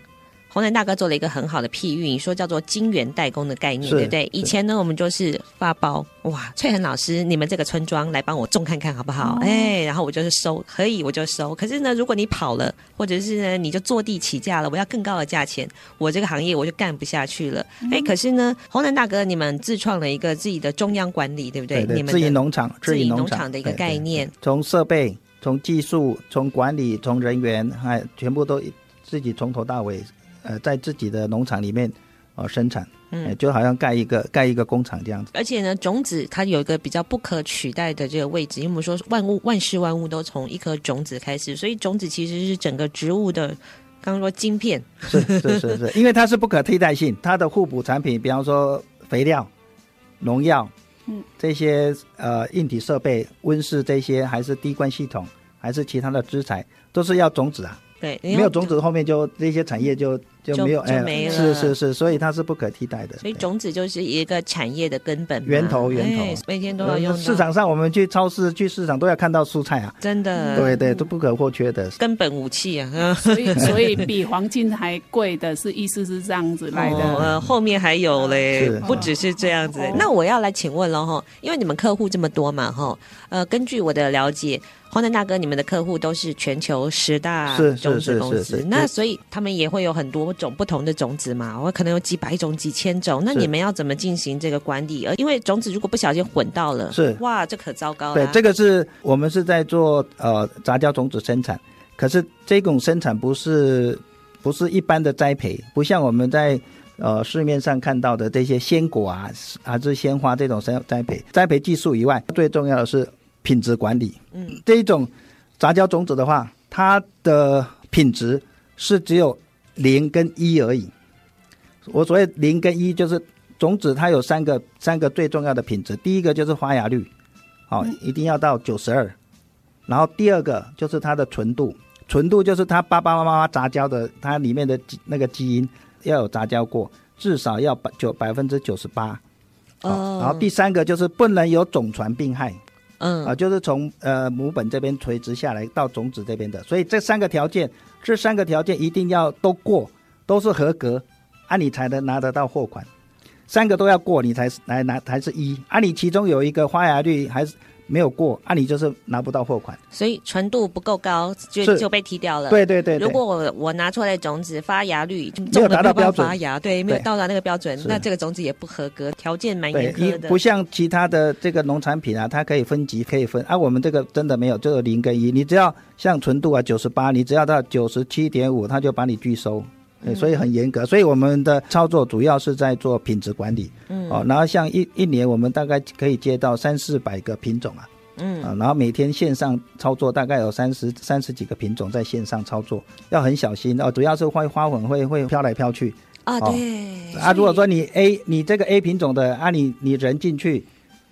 A: 洪南大哥做了一个很好的譬喻，你说叫做金元代工的概念，
B: 是
A: 对不对
B: 是？
A: 以前呢，我们就是发包，哇，翠恒老师，你们这个村庄来帮我种看看好不
B: 哦
A: 好？哎，然后我就是收，可以我就收。可是呢，如果你跑了，或者是呢你就坐地起价了，我要更高的价钱，我这个行业我就干不下去了。
B: 嗯
A: 哎，可是呢，洪南大哥，你们自创了一个自己的中央管理，对不对？
B: 对
A: 你，们
B: 自营
A: 的
B: 农场，
A: 自营
B: 营
A: 农
B: 场
A: 场的一个
B: 对
A: 概
B: 对
A: 念，
B: 从设备、从技术、从管理、从人员，还全部都自己从头到尾，呃，在自己的农场里面呃生产，
A: 嗯
B: 哎就好像盖一个盖一个工厂这样子。
A: 而且呢，种子它有一个比较不可取代的这个位置，因为我们说万物万事万物都从一颗种子开始，所以种子其实是整个植物的，刚刚说晶片，
B: 是是是是，因为它是不可替代性，它的互补产品，比方说肥料、农药，
C: 嗯，
B: 这些呃硬体设备、温室这些，还是滴灌系统，还是其他的资材，都是要种子啊，
A: 对，
B: 没有种子后面就这些产业就就
A: 就
B: 没有
A: 哎嗯
B: 哎
A: 就没了
B: 是是是，所以它是不可替代的。
A: 所以
B: 对
A: 种子就是一个产业的根本嘛
B: 源头源头
A: 哎每天都要用到
B: 呃
A: 哎
B: 市，场上，我们去超市、去市场都要看到蔬菜啊，
A: 真的
B: 对对，都不可或缺的。
A: 根本武器啊。嗯
C: 所以所以比黄金还贵的是意思是这样子来的。
A: 哦呃，后面还有嘞
B: 是，
A: 不只是这样子。那我要来请问了哈，因为你们客户这么多嘛哈，呃，根据我的了解，黄南大哥，你们的客户都是全球十大
B: 是是
A: 种子
B: 是
A: 公
B: 是
A: 司，
B: 是
A: 那
B: 对
A: 所以他们也会有很多种不同的种子嘛，我可能有几百种、几千种。那
B: 是
A: 你们要怎么进行这个管理？而因为种子如果不小心混到了，
B: 是
A: 哇，这可糟糕了。
B: 对，这个是我们是在做呃杂交种子生产，可是这种生产不是不是一般的栽培，不像我们在呃市面上看到的这些鲜果啊还是鲜花这种生栽培，栽培技术以外，最重要的是品质管理。
A: 嗯，
B: 这一种杂交种子的话，它的品质是只有零跟一而已。我所谓零跟一就是种子它有三个三个最重要的品质，第一个就是发芽率，好、一定要到九十二，然后第二个就是它的纯度，纯度就是它爸爸妈妈杂交的它里面的基那个基因，要有杂交过，至少要百九百分之九十八。
A: 哦
B: 然后第三个就是不能有种传病害啊、
A: 嗯
B: 就是从呃母本这边垂直下来到种子这边的。所以这三个条件，这三个条件一定要都过，都是合格，啊，你才能拿得到货款。三个都要过，你才是来拿才是一。啊，你其中有一个发芽率还是没有过，啊，你就是拿不到货款。
A: 所以纯度不够高，就是就被踢掉了。
B: 对对对对。
A: 如果我我拿出来的种子发芽率种
B: 没有
A: 得
B: 达到
A: 没办法
B: 标准
A: 发芽对，没有
B: 对
A: 到达那个标准，
B: 是
A: 那这个种子也不合格，条件蛮
B: 对
A: 严，
B: 一
A: 苛的。
B: 不像其他的这个农产品啊，它可以分级，可以分啊。我们这个真的没有，只有零跟一。你只要像纯度啊九十八，你只要到九十七点五，它就把你拒收。
A: 嗯
B: 对，所以很严格，所以我们的操作主要是在做品质管理，
A: 嗯
B: 哦，然后像一一年我们大概可以接到三四百个品种啊，
A: 嗯
B: 啊，然后每天线上操作大概有三十三十几个品种在线上操作，要很小心哦，主要是会花粉会会飘来飘去，
A: 啊，
B: 哦
A: 对
B: 啊，如果说你 A 你这个 A 品种的啊，你你人进去，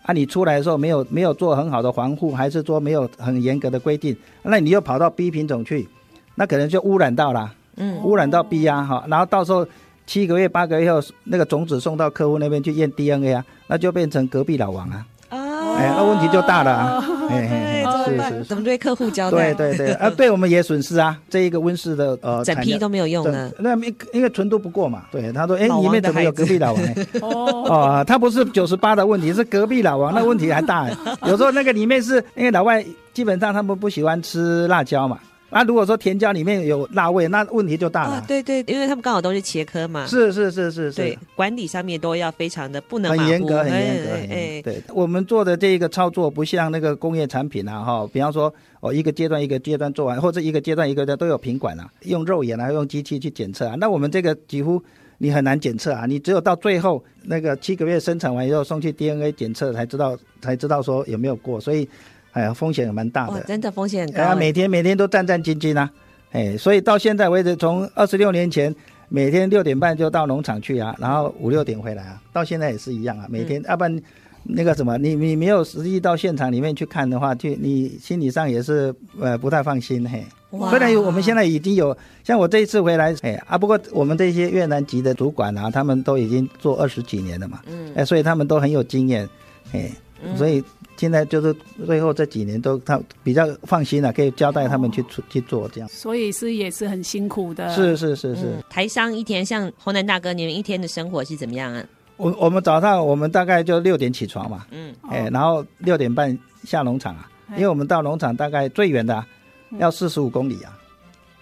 B: 啊，你出来的时候没有没有做很好的防护，还是说没有很严格的规定，那你又跑到 B 品种去，那可能就污染到啦，
A: 嗯
B: 污染到 B 呀、哈，然后到时候七个月八个月后，那个种子送到客户那边去验 DNA 啊，那就变成隔壁老王啊，
A: 啊
B: 哎，那问题就大了啊，哎哎
A: 哦对怎么
B: 哎，是
A: 办
B: 是
A: 怎
B: 是，
A: 么对客户交代？
B: 对对对，啊，对我们也损失啊，这一个温室的呃，
A: 整
B: 产
A: 批
B: 量
A: 都没有用
B: 整
A: 了。
B: 那因因为纯度不过嘛，对，他说，哎，
A: 老
B: 里
A: 王
B: 面
A: 的
B: 怎么有
A: 孩
B: 隔壁老王、哎
C: 哦，
B: 哦，他不是九十八的问题，是隔壁老 王那问题还大。哎有时候那个里面是因为老外基本上他们不喜欢吃辣椒嘛，那、如果说甜椒里面有辣味，那问题就大了。
A: 啊，对对，因为他们刚好都是茄科嘛，
B: 是是是是
A: 对
B: 是，，
A: 管理上面都要非常的不能
B: 很
A: 马
B: 严
A: 虎
B: 格，很
A: 哎
B: 严格，
A: 哎
B: 很
A: 哎
B: 严格。对，我们做的这个操作不像那个工业产品啊，哈，比方说哦，一个阶段一个阶段做完，或者一个阶段一个阶段都有品管啊，用肉眼啊，用机器去检测啊。那我们这个几乎。你很难检测啊，你只有到最后那个七个月生产完以后送去 DNA 检测才知道，才知道说有没有过，所以，哎呀，风险也蛮大
A: 哇，
B: 的。
A: 真的风险很高
B: 哎呀，每
A: 哎。
B: 天每天都战战兢兢啊，哎，所以到现在为止，从二十六年前，每天六点半就到农场去啊，然后五六点回来啊，到现在也是一
A: 嗯
B: 样啊，每天，要、不然那个什么，你你没有实际到现场里面去看的话，就你心理上也是呃不太放心嘿。
A: 哇
B: 虽然有我们现在已经有，像我这一次回来，哎啊，不过我们这些越南籍的主管啊，他们都已经做二十几年了嘛，
A: 嗯
B: 哎，所以他们都很有经验，哎，所以现在就是最后这几年都他比较放心啊了、可以交代他
A: 哦
B: 们去出、去做这样。
C: 所以是也是很辛苦的。
B: 是是是是，
A: 嗯台商一天，像红南大哥，你们一天的生活是怎么样啊？
B: 我我们早上我们大概就六点起床嘛，
A: 嗯，
B: 哎，然后六点半下农场啊，
A: 哎
B: 因为我们到农场大概最远的、啊、
A: 嗯
B: 要四十五公里啊，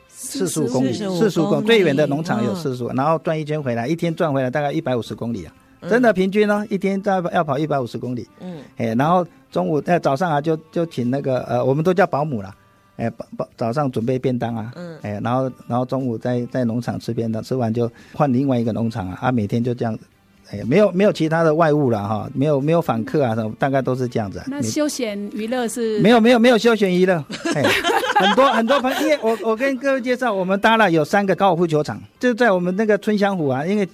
B: 四十五公里，
A: 45
B: 四十五
A: 公
B: 公
A: 里
B: 最远的农场有
A: 嗯
B: 四十五，然后转一圈回来，一天转回来大概一百五十公里啊，真的平均呢，一天大概要跑一百五十公里。
A: 嗯，
B: 哎，然后中午呃早上啊就就请那个呃我们都叫保姆啦，哎保保早上准备便当啊，
A: 嗯
B: 哎然后然后中午在在农场吃便当，吃完就换另外一个农场啊，啊每天就这样，哎没有没有其他的外物了哈，没有没有访客啊什么，大概都是这样子、啊。
C: 那
B: 每
C: 休闲娱乐是
B: 没有没有没有休闲 娱乐，哎，很多很多朋友，因为我我跟各位介绍，我们搭了有三个高尔夫球场，就在我们那个春香湖啊，因为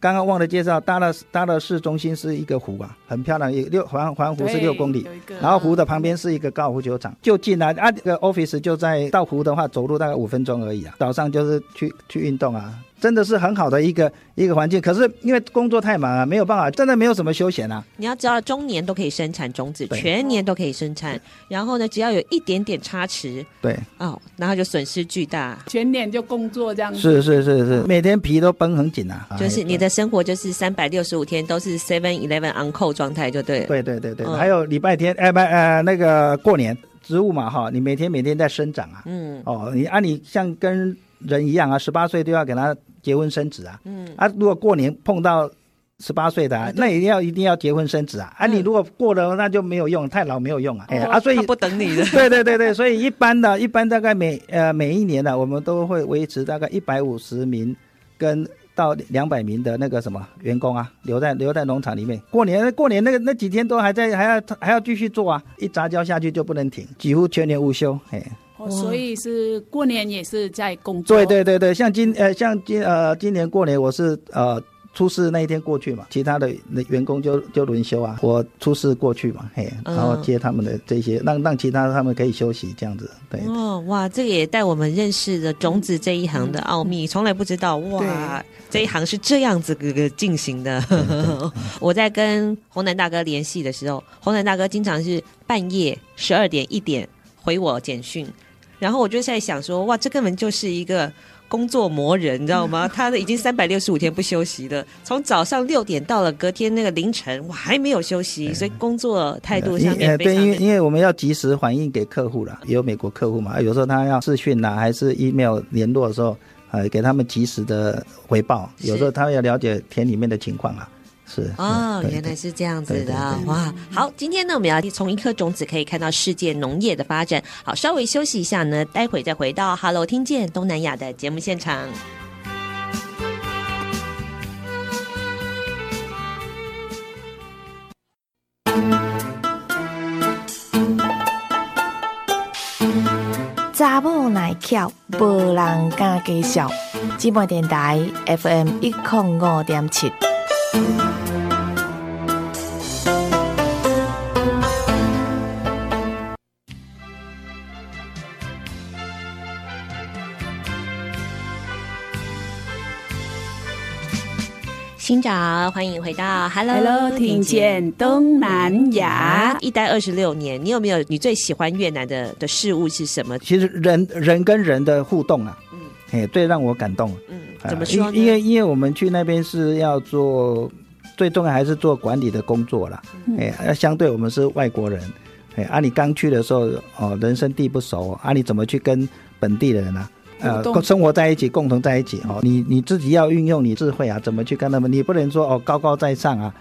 B: 刚刚忘了介绍，搭了搭了市中心是一个湖啊，很漂亮，有六环环湖是六公里
C: 对有一个，
B: 然后湖的旁边是一个高尔夫球场，就近啊，啊，这个 office 就在到湖的话，走路大概五分钟而已啊。早上就是去去运动啊，真的是很好的一个一个环境。可是因为工作太忙啊，没有办法，真的没有什么休闲啊。
A: 你要知道，中年都可以生产种子，
B: 对
A: 全年都可以生产。然后呢，只要有一点点差池，
B: 对，
A: 哦，然后就损失巨大。
C: 全年就工作这样子。
B: 是是是是，嗯每天皮都绷很紧啊，
A: 就是
B: 哎
A: 你的生活就是三百六十五天都是 Seven Eleven on call 状态，就对了。
B: 哎对对对对，
A: 嗯
B: 还有礼拜天，哎不呃那个过年植物嘛哈，你每天每天在生长啊，
A: 嗯
B: 哦你按、你像跟人一样啊，十八岁都要给他结婚生子啊，
A: 嗯，
B: 啊如果过年碰到十八岁的、啊，那一定要一定要结婚生子啊，啊
A: 嗯哦
B: 你如果过了那就没有用，太老没有用啊，哎啊所以。
A: 他。不等你的
B: 对对对对，所以一般的，一般大概每呃每一年呢、我们都会维持大概一百五十名跟到两百名的那个什么员工啊，留在留在农场里面。过年过年那个那几天都还在，还要还要继续做啊，一杂交下去就不能停，几乎全年无休。哎，
C: 哦，所以是过年也是在工作。
B: 对对对对，像今呃像今呃今年过年我是呃出事那一天过去嘛，其他的员工就就轮休啊，我出事过去嘛，嘿，然后接他们的这些，让让其他他们可以休息这样子，对。
A: 哦，哇，这个也带我们认识了种子这一行的
B: 嗯
A: 奥秘，从来不知道哇，这一行是这样子个个进行的。 我在跟红南大哥联系的时候，红南大哥经常是半夜十二点一点回我简讯，然后我就在想说，哇，这根本就是一个。工作磨人，你知道 吗？他的已经三百六十五天不休息了，从早上六点到了隔天那个凌晨，我还没有休息，所以工作态度上面
B: 呃
A: 非
B: 对，
A: 常
B: 因
A: 的
B: 为因为我们要及时反映给客户了，也有美国客户嘛，有时候他要视讯呐、还是 email 联络的时候，呃，给他们及时的回报，
A: 是
B: 有时候他们要了解田里面的情况啊，是
A: 哦
B: 嗯，对
A: 原来是这样子
B: 对
A: 的
B: 对
A: 啊哇！好，今天呢，我们要从一颗种子可以看到世界农业的发展。好，稍微休息一下呢，待会再回到 Hello 听见东南亚的节目现场。
E: 查某耐巧，无人敢介绍。芝麻电台 FM 一零五点七。
A: 新长，欢迎回到 Hello
C: Hello，听见东南亚
A: 啊！。一待二十六年，你有没有你最喜欢越南的的事物是什么？
B: 其实人人跟人的互动啊，
A: 嗯
B: 嘿，最让我感动了。
A: 嗯，
B: 啊
A: 怎么说呢？
B: 因因为因为我们去那边是要做，最重要还是做管理的工作啦。
A: 嗯
B: 哎、那相对我们是外国人，哎，啊，你刚去的时候哦，人生地不熟，啊，你怎么去跟本地人啊？
C: 互
B: 呃，
C: 动
B: 共生活在一起，共同在一起哦。你你自己要运用你智慧啊，怎么去跟他们？你不能说哦高高在上啊，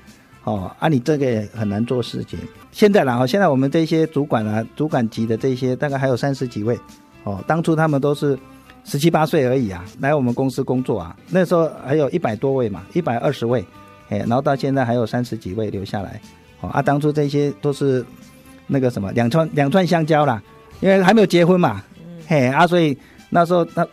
B: 哦啊，你这个也很难做事情。现在啦，哦，现在我们这些主管啊，主管级的这些大概还有三十几位哦，当初他们都是十七八岁而已啊，来我们公司工作啊，那时候还有一百多位嘛，一百二十位，哎，然后到现在还有三十几位留下来，哦啊，当初这些都是那个什么两串两串香蕉啦，因为还没有结婚嘛，
A: 嗯
B: 嘿啊，所以那时候他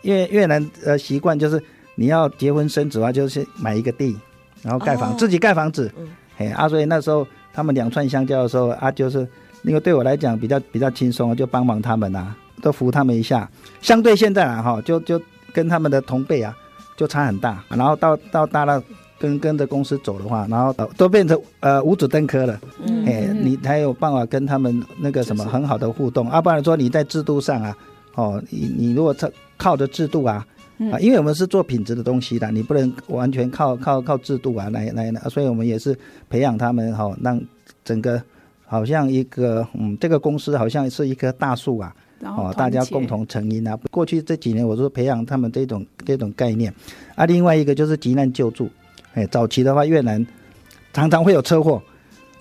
B: 因为越南呃习惯就是你要结婚生子的话，就是买一个地，然后盖房、
A: 哦
B: 自己盖房子
A: 嗯，
B: 嘿啊，所以那时候他们两串香蕉的时候啊，就是因为对我来讲比较比较轻松，就帮忙他们啊，都扶他们一下。相对现在啊，哈，就就跟他们的同辈啊，就差很大。然后到到大了。跟跟着公司走的话，然后呃都变成呃五子登科了，
A: 嗯
B: 哎、你才有办法跟他们那个什么很好的互动，啊要、不然说你在制度上啊，哦，你你如果靠靠着制度啊，
A: 嗯
B: 啊，因为我们是做品质的东西的，你不能完全靠靠靠制度啊来来来，所以我们也是培养他们哈、哦，让整个好像一个嗯，这个公司好像是一棵大树啊，
C: 然后
B: 哦，大家
C: 团结
B: 共同成因啊。过去这几年，我说培养他们这种这种概念，啊，另外一个就是急难救助。哎，早期的话，越南常常会有车祸，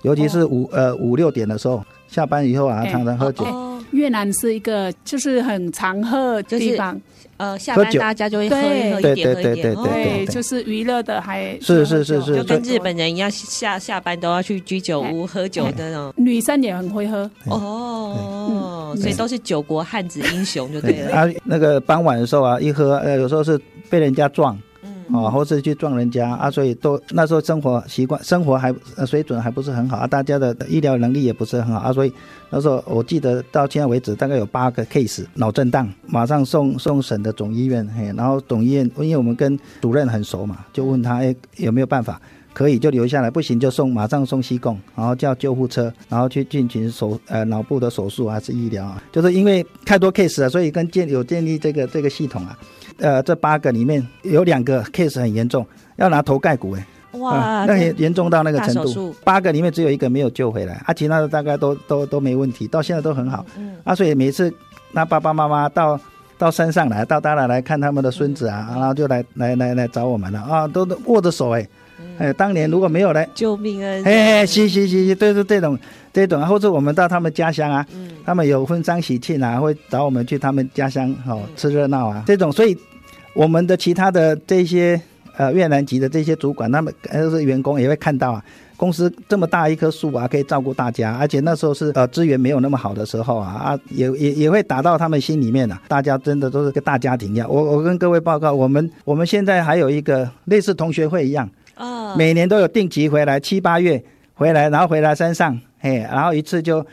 B: 尤其是五、呃五六点的时候，下班以后啊，
C: 哦哎
B: 常常喝酒，
A: 哦，
C: 越南是一个就是很常喝的地方，
A: 呃，下班
B: 喝酒
A: 大家就会喝一喝一
B: 对
A: 点，喝
B: 对
A: 一点，
B: 对对
A: 哦
B: 对
C: 对，就是娱乐的还
B: 是是是是
A: 就跟
C: 所以
A: 日本人一样，下下班都要去居酒
C: 哎
A: 屋喝酒的那种。
C: 女生也很会喝，
A: 哦，所以都是九国汉子英雄就对
B: 对
A: 了。
B: 啊，那个傍晚的时候啊，一喝，呃，有时候是被人家撞，
A: 嗯
B: 啊，或是去撞人家啊，所以都那时候生活习惯、生活还呃水准还不是很好啊，大家的医疗能力也不是很好啊，所以那时候我记得到现在为止，大概有八个 case 脑震荡，马上送送省的总医院，嘿，然后总医院因为我们跟主任很熟嘛，就问他哎有没有办法。可以就留下来，不行就送，马上送西贡，然后叫救护车，然后去进行手呃脑部的手术还是医疗啊，就是因为太多 case 了，所以跟建有建立这个这个系统啊，呃，这八个里面有两个 case 很严重，要拿头盖骨哎、
A: 哇，
B: 那也严重到那个程
A: 大手术
B: 度，八个里面只有一个没有救回来，啊，其他的大概都都都没问题，到现在都很好，
A: 嗯
B: 啊，所以每次那爸爸妈妈到。到山上来，到大拉来看他们的孙子啊，
A: 嗯
B: 然后就来来来来找我们了啊，都都握着手哎、
A: 嗯
B: 哎，当年如果没有来
A: 救命恩人，
B: 哎，是是是是，对对，这种这种，或者我们到他们家乡啊，他们有婚丧喜庆啊，会找我们去他们家乡哦吃热闹啊，这种，所以我们的其他的这些呃越南籍的这些主管，他们呃就是员工也会看到啊，公司这么大一棵树啊，可以照顾大家，而且那时候是呃资源没有那么好的时候啊啊，也也也会打到他们心里面的、啊。大家真的都是个大家庭一样。我我跟各位报告，我们我们现在还有一个类似同学会一样，
A: 啊，
B: 每年都有定期回来，七八月回来，然后回来山上，嘿，然后一次就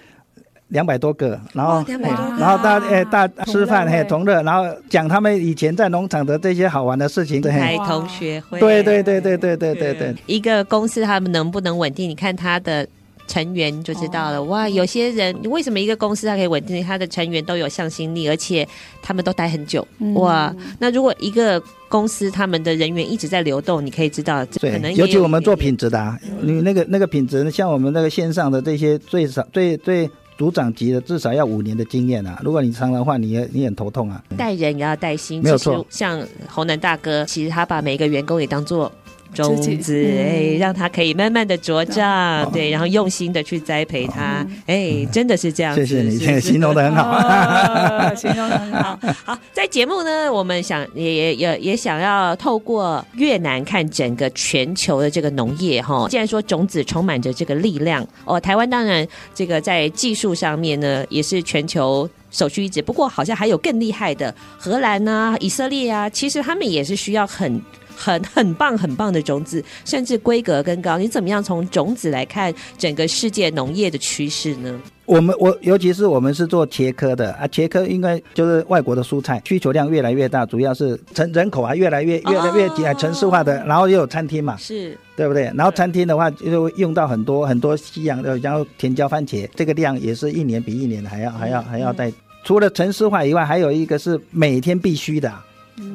B: 两百多个，然后
A: 哇200多
B: 嘿
A: 个啊
B: 然后大哎大吃饭嘿
C: 哎
B: 同乐，然后讲他们以前在农场的这些好玩的事情，对嘿
A: 开同学会，嗯
B: 对对对对对对对对。
A: 一个公司他们能不能稳定，你看他的。成员就知道
B: 哦
A: 了哇！有些人为什么一个公司它可以稳定，它的成员都有向心力，而且他们都待很久、哇！那如果一个公司他们的人员一直在流动，你可以知道，这可能
B: 对，
A: 也
B: 尤其
A: 有嗯
B: 我们
A: 一
B: 做
A: 点
B: 品质的、啊，你那个那个品质，像我们那个线上的这些最少最最组长级的，至少要五年的经验啊。如果你长的话，你也你也很头痛啊。
A: 带人也要带心，
B: 没有
A: 其实
B: 错
A: 像侯南大哥，其实他把每一个员工也当做。种
C: 自
A: 子，
C: 己
A: 哎、
C: 嗯
A: 让他可以慢慢的茁壮，
B: 哦
A: 对，然后用心的去栽培他，
C: 嗯
A: 哎、真的是这样子。
B: 谢谢
A: 是
B: 你，
A: 哦
B: 这个形容的很好。
C: 啊形容得很好。
A: 好，在节目呢，我们想也也也也想要透过越南看整个全球的这个农业哈。既然说种子充满着这个力量哦，台湾当然这个在技术上面呢也是全球。首屈一指，不过好像还有更厉害的，荷兰啊、以色列啊，其实他们也是需要很、很、很棒、很棒的种子，甚至规格更高。你怎么样从种子来看整个世界农业的趋势呢？
B: 我们我尤其是我们是做茄科的啊，茄科应该就是外国的蔬菜，需求量越来越大，主要是城人口啊越来越越来越挤啊，
A: 哦
B: 城市化的，然后又有餐厅嘛，
A: 是
B: 对不对？然后餐厅的话，就会用到很多很多西洋的，然后甜椒、番茄，这个量也是一年比一年还要还要还要再。除了城市化以外，还有一个是每天必须的啊，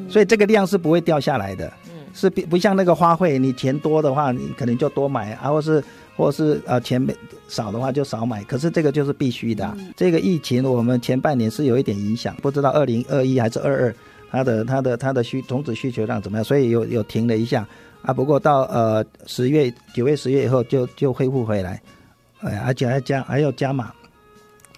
B: 所以这个量是不会掉下来的。是不不像那个花卉，你钱多的话，你可能就多买啊，或是或是呃钱没少的话就少买。可是这个就是必须的啊、这个疫情我们前半年是有一点影响，不知道二零二一还是二二，它的它的它的需种子需求量怎么样，所以有有停了一下啊。不过到呃十月九月十月以后就就恢复回来，哎，而且还加还要加码，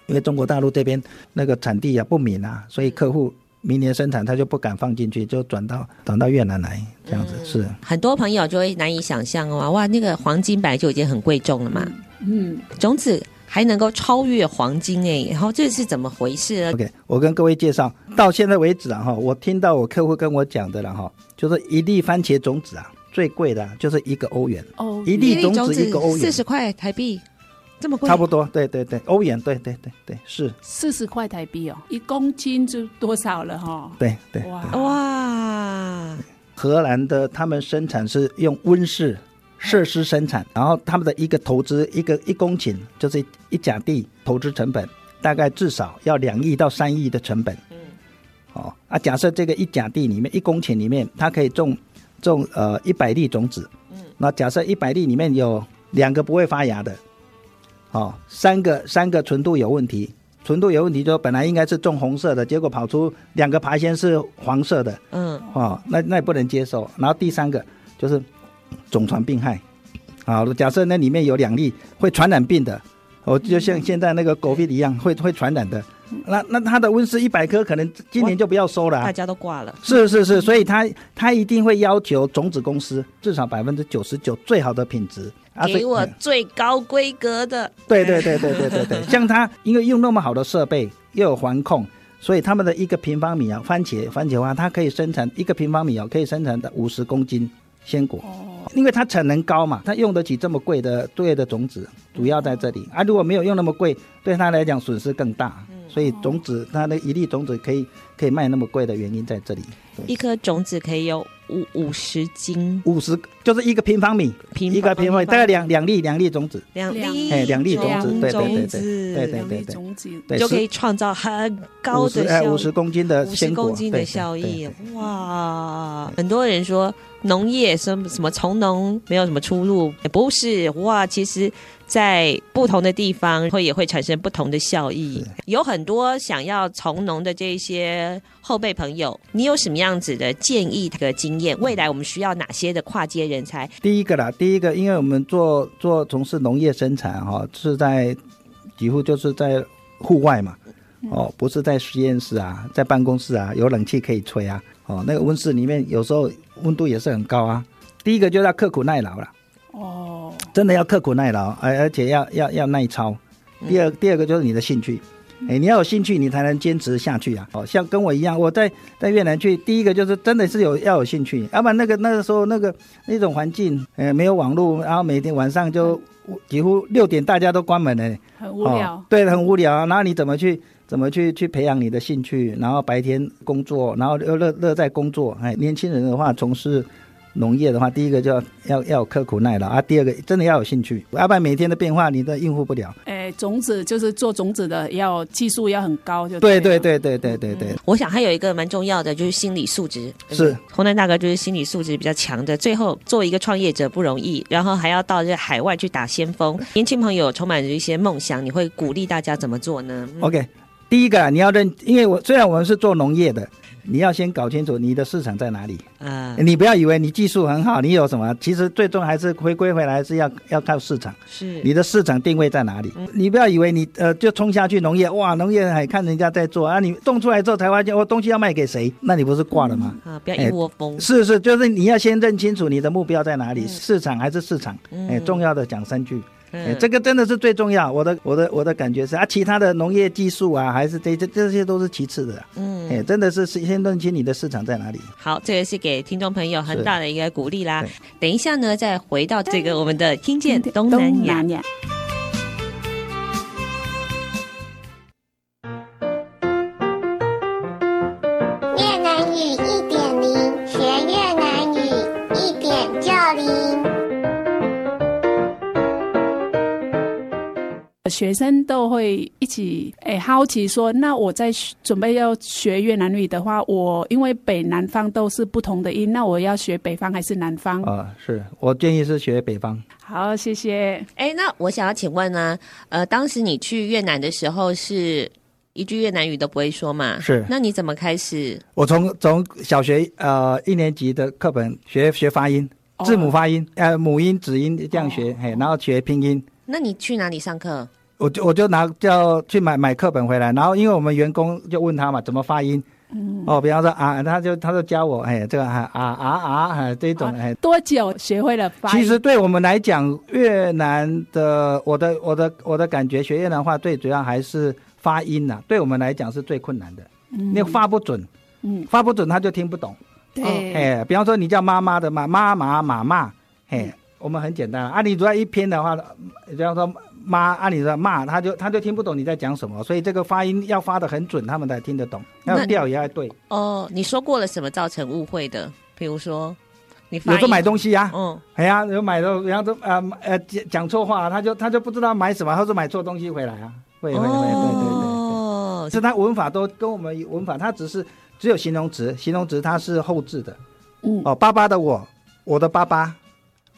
B: 因为中国大陆这边那个产地啊不明啊，所以客户。明年生产他就不敢放进去，就转到转到越南来，这样子、是。
A: 很多朋友就会难以想象哇哇，那个黄金本来就已经很贵重了嘛，
C: 嗯，
A: 种子还能够超越黄金哎，然后这是怎么回事呢？
B: OK，我跟各位介绍，到现在为止啊哈，我听到我客户跟我讲的了哈，就是一粒番茄种子啊，最贵的啊就是一个欧元，
C: 哦，
B: 一粒种子一个欧
A: 四
B: 元，
A: 十块台币，这么贵，
B: 差不多，对对对，欧元，对对对对，是，
C: 四十块台币哦，一公斤就多少了哈？
B: 对对。
C: 哇
A: 多哇，
B: 荷兰的他们生产是用温室设施生产，然后他们的一个投资一个一公顷就是一甲地投资成本，大概至少要两亿到三亿的成本。嗯，哦啊，假设这个一甲地里面一公顷里面，它可以种种呃一百粒种子。嗯，那假设一百粒里面有两个不会发芽的，哦，三个三个纯度有问题。纯度有问题，就本来应该是种红色的，结果跑出两个爬仙是黄色的，
A: 嗯，
B: 哦，那那也不能接受。然后第三个就是种传病害，啊，假设那里面有两例会传染病的，哦，就像现在那个狗病一样会会传染的，那那它的温室一百颗可能今年就不要收了、
A: 大
B: 啊。
A: 家都挂了，
B: 是是是，所以它它一定会要求种子公司至少百分之九十九最好的品质。啊所以
A: 给我
B: 嗯
A: 最高规格的，
B: 对对对对对对 对，像它因为用那么好的设备，又有环控，所以他们的一个平方米啊，番茄番茄花，它可以生产一个平方米啊，可以生产五十公斤鲜果。
A: 哦
B: 因为它产能高嘛，它用得起这么贵的对的种子，主要在这里啊。如果没有用那么贵，对它来讲损失更大。
A: 嗯
B: 所以种子它的一粒种子可以可以卖那么贵的原因在这里，
A: 一颗种子可以有五五十斤
B: 五十就是一个平方米，
A: 平
B: 一个平方米大概两两粒两粒种子，
A: 两
C: 两
A: 粒，
B: 哎两粒
C: 种子对对对
A: 种
B: 对
A: 子
B: 对对
C: 两粒种子，
B: 对，
A: 就可以创造很高的效
B: 哎
A: 益
B: 五十公斤的
A: 五十
B: 鲜果，
A: 公斤的
B: 对
A: 效。
B: 对对
A: 益
B: 对，
A: 哇！很多人说农业什么什么从农没有什么出路，也不是哇？其实，在不同的地方会也会产生不同的效益。有很多想要从农的这些后辈朋友，你有什么样子的建议和经验？未来我们需要哪些的跨界人才？
B: 第一个啦，第一个，因为我们做做从事农业生产哈、是在几乎就是在户外嘛，哦，不是在实验室啊，在办公室啊，有冷气可以吹啊，哦，那个温室里面有时候温度也是很高啊。第一个就是要刻苦耐劳了，
C: 哦，
B: 真的要刻苦耐劳，而而且要要要耐操。第二第二个就是你的兴趣，哎，你要有兴趣，你才能坚持下去啊。哦，像跟我一样，我在在越南去，第一个就是真的是有要有兴趣，要不然那个那个时候那个那种环境，呃，没有网络，然后每天晚上就几乎六点大家都关门了。
C: 很无聊
B: 哦，。对，很无聊、啊。然后你怎么去怎么去去培养你的兴趣？然后白天工作，然后又乐乐在工作。哎，年轻人的话，从事农业的话，第一个就要要要有刻苦耐劳啊，第二个真的要有兴趣，要不然每天的变化你都应付不了。
C: 诶，种子就是做种子的，要技术要很高，就
B: 对
C: 呃对啊
B: 对
C: 了。
B: 对对对对对，
A: 我想还有一个蛮重要的就是心理素质，对不
B: 是
A: 对洪南大哥就是心理素质比较强的，最后做一个创业者不容易，然后还要到这海外去打先锋。年轻朋友充满着一些梦想，你会鼓励大家怎么做呢？嗯
B: OK，第一个啊你要认，因为我虽然我们是做农业的，你要先搞清楚你的市场在哪里。
A: 啊、
B: 哎你不要以为你技术很好，你有什么，其实最终还是回归回来是要要靠市场。
A: 是嗯
B: 你的市场定位在哪里？你不要以为你呃就冲下去农业，哇，农业还看人家在做啊，你种出来之后才发现，哦，东西要卖给谁？那你不是挂了吗？
A: 啊，不要一窝蜂。
B: 是是，就是你要先认清楚你的目标在哪里，市场还是市场？哎，重要的讲三句。哎，
A: 嗯嗯
B: 这个真的是最重要。我的我的我的感觉是啊，其他的农业技术啊，还是这这这些都是其次的。嗯，哎，真的是是先认清你的市场在哪里。
A: 好，这个是给听众朋友很
B: 是
A: 大的一个鼓励啦
B: 对。
A: 等一下呢，再回到这个我们的听见东南
C: 东
A: 亚。
C: 南亚，
F: 越南语一点零，学越南语一点就灵。
C: 学生都会一起诶好奇说，那我在学准备要学越南语的话，我因为北南方都是不同的音，那我要学北方还是南
A: 嗯
C: 方？
B: 啊，是我建议是学北方。
C: 好，谢谢。
A: 哎，那我想要请问呢、呃，当时你去越南的时候是一句越南语都不会说嘛？
B: 是
A: 那你怎么开始？
B: 我从从小学呃一年级的课本学学发音，
C: 哦
B: 字母发音，呃母音、子音这样学，嘿，然后学拼音。
A: 那你去哪里上课？
B: 我就我就拿叫去买买课本回来，然后因为我们员工就问他嘛怎么发音，
C: 嗯
B: 哦，比方说啊，他就他就教我，哎，这个啊啊啊啊哎这种，哎，
C: 多久学会了发音？
B: 其实对我们来讲，越南的我的我的我的感觉，学越南话最主要还是发音呐、对我们来讲是最困难的，那发不准，
C: 嗯
B: 发不准他就听不懂。
E: 嗯
C: 对，
B: 哎，比方说你叫妈妈的妈妈妈妈妈，哎，我们很简单啊。啊你如果一拼的话，比方说妈，按、啊、你说骂，他就他就听不懂你在讲什么，所以这个发音要发的很准，他们才听得懂。
A: 那
B: 要
A: 你
B: 调也要对，
A: 哦，你说过了什么造成误会的？比如说，你发
B: 有时候
A: 音
B: 买东西啊，
A: 嗯，
B: 哎呀，有买的，然后都呃呃讲讲错话，他就他就不知道买什么，他说买错东西回来啊，会会会，对对对对。
A: 哦
B: 是他文法都跟我们文法，他只是只有形容词，形容词它是后置的。
C: 嗯
B: 哦，爸爸的我，我的爸爸，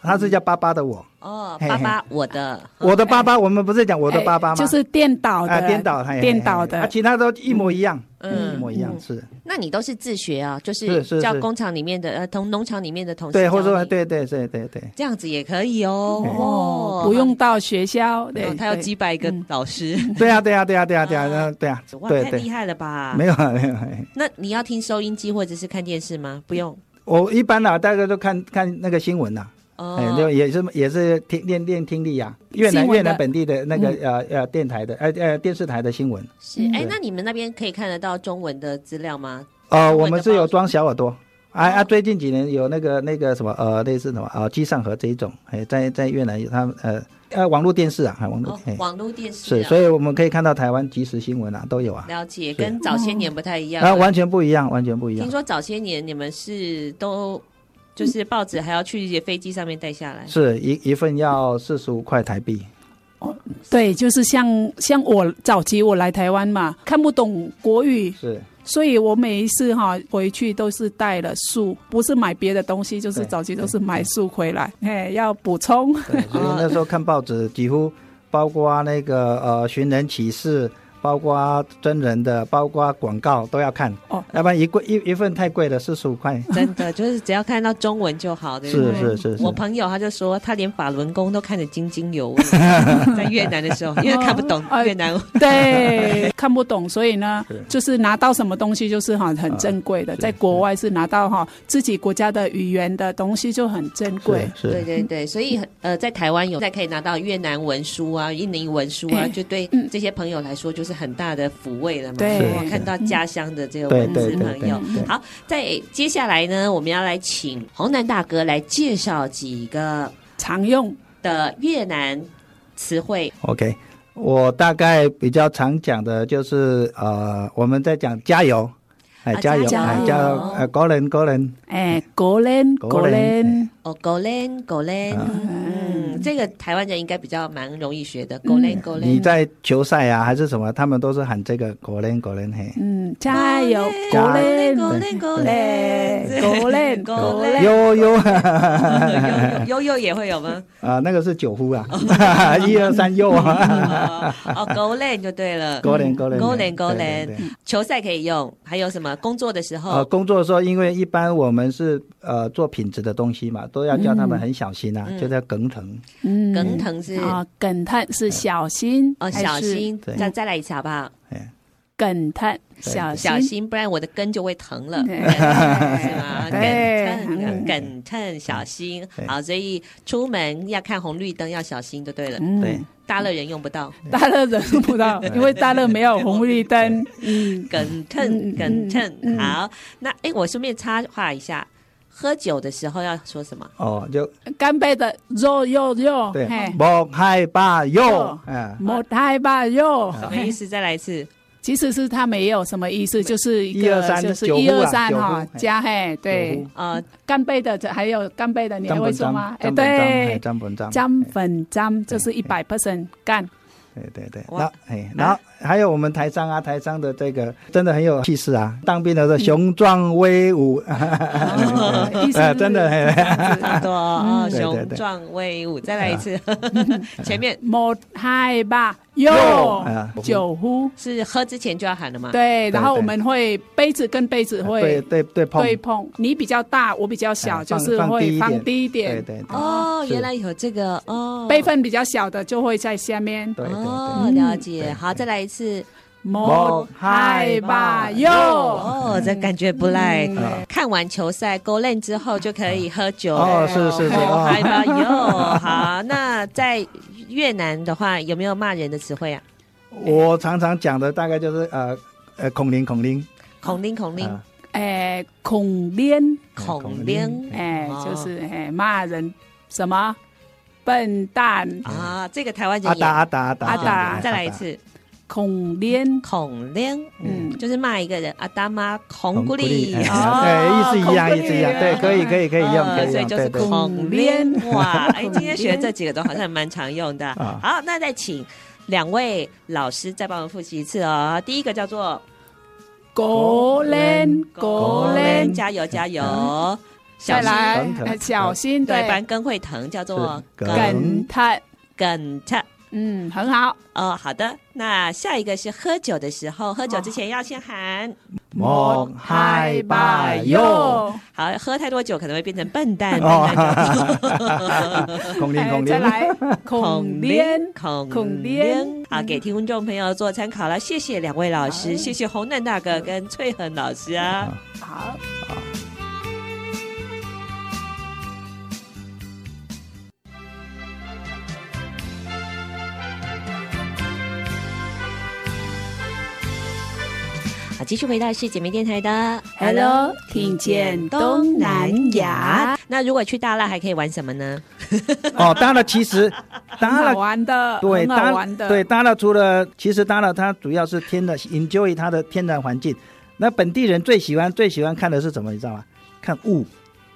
B: 他是叫爸爸的我，
A: 哦，
B: 嘿
A: 爸
B: 嘿
A: 爸，我的，
B: 我的爸爸，我们不是讲我的爸爸吗？
C: 哎就是颠倒
B: 啊，
C: 的，
B: 颠倒，嘿嘿嘿
C: 颠倒
B: 啊，
C: 的。
B: 其他都一模一样，
A: 嗯
B: 一模一样是，
A: 那你都是自学啊？就是
B: 是
A: 叫
B: 是
A: 工厂里面的呃，同农场里面的同事
B: 对，或者
A: 教
B: 说
A: 你
B: 对对对对对，
A: 这样子也可以哦。
B: 嘿
A: 哦，
C: 不用到学校，对
A: 哦，，他有
C: 对
A: 几百个
C: 嗯
A: 老师，
B: 对啊对啊对啊对啊对啊对啊对啊
A: 哇，
B: 对
A: 太厉
B: 对，
A: 害了吧？
B: 没有啊没有啊。嘿
A: 那你要听收音机或者是看电视吗？不用
B: 我一般啊，大概都看看那个新闻呐、
A: 哦。
B: 哎，就也是也是听练练听力呀、越南
C: 新闻的
B: 越南本地的那个、呃呃电台的呃呃电视台的新闻，
A: 是哎，
C: 嗯
B: 对
A: 那你们那边可以看得到中文的资料吗？
B: 呃，
A: 中文的
B: 我们是有
A: 报纸
B: 装小耳朵，哎、啊，
A: 哦
B: 最近几年有那个那个什么呃类似什么啊、呃、机上盒这一种，哎，在在越南有他们呃呃网络电视啊，还网络、
A: 哦
B: 哎，
A: 网络电视
B: 是，
A: 啊
B: 所以我们可以看到台湾即时新闻啊都有啊，
A: 了解，跟早些年不太一样。
B: 啊完全不一样，完全不一样
A: 听，说早些年你们是都就是报纸还要去飞机上面带下来，
B: 是一一份要四十五块台币，
C: 对，就是像像我早期我来台湾嘛，看不懂国语，
B: 是
C: 所以我每一次哈、回去都是带了书，不是买别的东西，就是
B: 对
C: 早期都是
B: 对
C: 买书回来，哎，要补充。
A: 哦
B: 对，所以那时候看报纸，几乎包括那个呃寻人启事，包括真人的，包括广告都要看，
C: 哦
B: 要不然一贵一一份太贵了，四十五块。
A: 真的就是只要看到中文就好，对不
B: 是
A: 对？
B: 是是是，
A: 我朋友他就说，他连法轮功都看得津津有 味，在越南的时候，因为看不懂
C: 哦哎
A: 越南文，
C: 对，看不懂，所以呢
B: 是，
C: 就是拿到什么东西就是哈很珍贵的，
B: 啊是
C: 在国外是拿到哈自己国家的语言的东西就很珍贵。
B: 是
A: 对
B: 是
A: 对对，所以呃，在台湾有在可以拿到越南文书
B: 嗯
A: 啊、印尼文书啊，
C: 哎
A: 就对
C: 嗯
A: 这些朋友来说就是很大的抚慰了嘛。
C: 对嗯
A: 我看到家乡的这个
B: 对
A: 文
B: 对
A: 字
B: 对
A: 朋友
B: 对对。
A: 好，在接下来呢，我们要来请洪南大哥来介绍几个
C: 常用
A: 的越南词汇。
B: OK，我大概比较常讲的就是呃，我们在讲加油，哎，
A: 啊
B: 加油，
A: 加
B: 哎，
A: 油哦
B: 加油，呃，高人高人，
C: 哎，国人
B: 嗯国
C: 国
B: 人
C: 人，
A: 哦，狗链狗链，
B: 啊
A: 嗯，这个台湾人应该比较蛮容易学的。狗链狗链，
B: 嗯你在球赛啊还是什么，他们都是喊这个高人高人嘿，
C: 嗯，加
A: 哎
C: 油，哎
B: 加
C: 国人，
A: 狗
C: 国
A: 链狗
C: 人，
A: 链
C: 国人，
A: 狗
C: 国
A: 链
C: 人，
B: 悠悠
A: 悠悠悠悠也会有吗？
B: 啊，那个是 九呼啊，一二三悠啊，
A: 哦，哦狗链就对了。
B: 高人高人
A: 高人高人。
B: 对对对
A: 球赛可以用，还有什么工作的时
B: 呃，
A: 候，
B: 工作的时候，因为一般我们是呃做品质的东西嘛，都要叫他们很小心啊，
A: 嗯
B: 就叫梗疼。
C: 嗯
A: 梗疼是
C: 啊，梗探是小心
A: 哦
C: 还
A: 小
C: 是
A: 心，
B: 对
A: 再再来一次好不好？
B: 哎，
C: 梗探小
A: 小心，不然我的根就会疼了，
C: 对
A: 是吗？
C: 对
A: 梗疼，
B: 嗯
A: 梗疼，小心
B: 对。
A: 好，所以出门要看红绿灯要小心就对了。
C: 嗯
B: 对，
A: 大乐人用不到，
C: 大乐忍受不到，因为大乐没有红绿灯。嗯，
A: 梗疼，梗疼。好，那哎，我顺便插话一下，喝酒的时候要说什么？
B: 哦，就
C: 干杯的肉肉肉，
B: 对
C: 哦嘿，，
B: 莫害怕哟
C: 哟，
B: 哎，
C: 莫太吧肉，
B: 啊
A: 什么意思？再来一次。
C: 其实是它没有什么意思，就是一
B: 一二
C: 个
B: 三
C: 就是
B: 九
C: 一
B: 呼
C: 二
B: 啦
C: 三
B: 九
C: 哈
B: 呼嘿
C: 加嘿，对
B: 九呼，
A: 呃，
C: 干杯的这还有干杯的，你还
B: 张
C: 会
B: 本
C: 说
B: 张
C: 吗？，哎，
B: 张本
C: 对，
B: 张，哎张 本张，
C: 沾
B: 哎
C: 粉沾就是一百 percent 干，
B: 对对对。
A: 哇
B: 然后哎，然后还有我们台商啊，台商的这个真的很有气势啊，当兵的时候雄壮威武，
C: 嗯哦意思
B: 哎
C: 是
B: 真的
C: 这 样子
A: 差不多哦，
B: 对对
A: 雄
B: 对
A: 壮威武，再来一次， 前面。
C: 莫太吧肉
B: 啊，
C: 酒呼。
A: 是喝之前就要喊了吗？
C: 对，然后
B: 对
C: 我们会杯子跟杯子
B: 对
C: 会
B: 对对碰，
C: 对碰，你比较大，我比较
B: 哎
C: 小，就
B: 放
C: 是
B: 放低
C: 会
B: 一
C: 放
B: 点
C: 低一
B: 对
C: 点。
B: 对对
A: 哦，
B: 是
A: 原来有这个哦，
C: 辈分比较小的就会在下面。
B: 对对
A: 哦，
B: 对，
A: 了解。
B: 对
A: 好，再来一次。
C: 莫害怕哟，
A: 哦，这感觉不赖。
B: 啊
A: 看完球赛 g o l e n 之后就可以喝酒
B: 哦是是是
A: 哦
B: 哦
A: 嗨吧哟。好，那在越南的话有没有骂人的词汇啊？
B: 我常常讲的大概就是呃呃孔林孔林，
A: 孔令孔令
B: 啊
C: 哎，恐恋，
A: 孔令
C: 哎
A: 哦，
B: 啊
C: 就是哎骂人什么笨蛋，
A: 啊，这个台湾
B: 阿
A: 人也
B: 达阿达阿达
C: 阿达
B: 对
A: 再来一次
C: 恐恋，
A: 孔令，嗯
C: 嗯，
A: 就是骂一个人阿达妈孔
B: 孔
A: 古
B: 古
A: 力
B: 力，哎
A: 哦
C: 哦
B: 对，意思一样，
C: 孔
B: 意
C: 古
B: 思一
C: 力
B: 样，对，可以，可以，可以用，可
A: 呃所以
B: 以用，
A: 就是
B: 对对。
A: 孔
C: 孔
A: 令
C: 令
A: 哇，哎，
C: 孔
A: 今天学
C: 令
A: 这几个都好像蛮常用的。
B: 啊
A: 好，那再请两位老师再帮我们复习一次哦。第一个叫做
C: 狗恋
B: 狗
C: 狗
B: 恋
C: 恋，
A: 加油加油，小
C: 再
A: 心
C: 来
B: 小心
C: 哎小心
A: 对，不
C: 对
A: 然，根会疼，叫做
B: 是
C: 梗他，
A: 梗疼。
C: 嗯，很好，
A: 哦，好的，那下一个是喝酒的时候，喝酒之前要先 喊。
B: 莫害怕哟，
A: 好，喝太多酒可能会变成笨蛋。
B: 哦
A: 笨蛋酒
B: 孔林
C: 哎
B: 孔，林
C: 再，来恐恋。
A: 孔
C: 孔
A: 令
C: 令
A: 啊，给听众朋友做参考了。谢谢两位老师，谢谢洪南大哥跟翠恒老师啊。
C: 好。
A: 好，继续回到是姐妹电台的
C: Hello，听见东南亚。
A: 那如果去大辣还可以玩什么呢？
B: 哦，当然，其实，当
C: 很好
B: 然，
C: 玩的，
B: 对，
C: 很好玩
B: 当
C: 的，
B: 对，当然，除了其实当然，它主要是天然 enjoy 它的天然环境。那本地人最喜欢最喜欢看的是什么？你知道吗？看雾，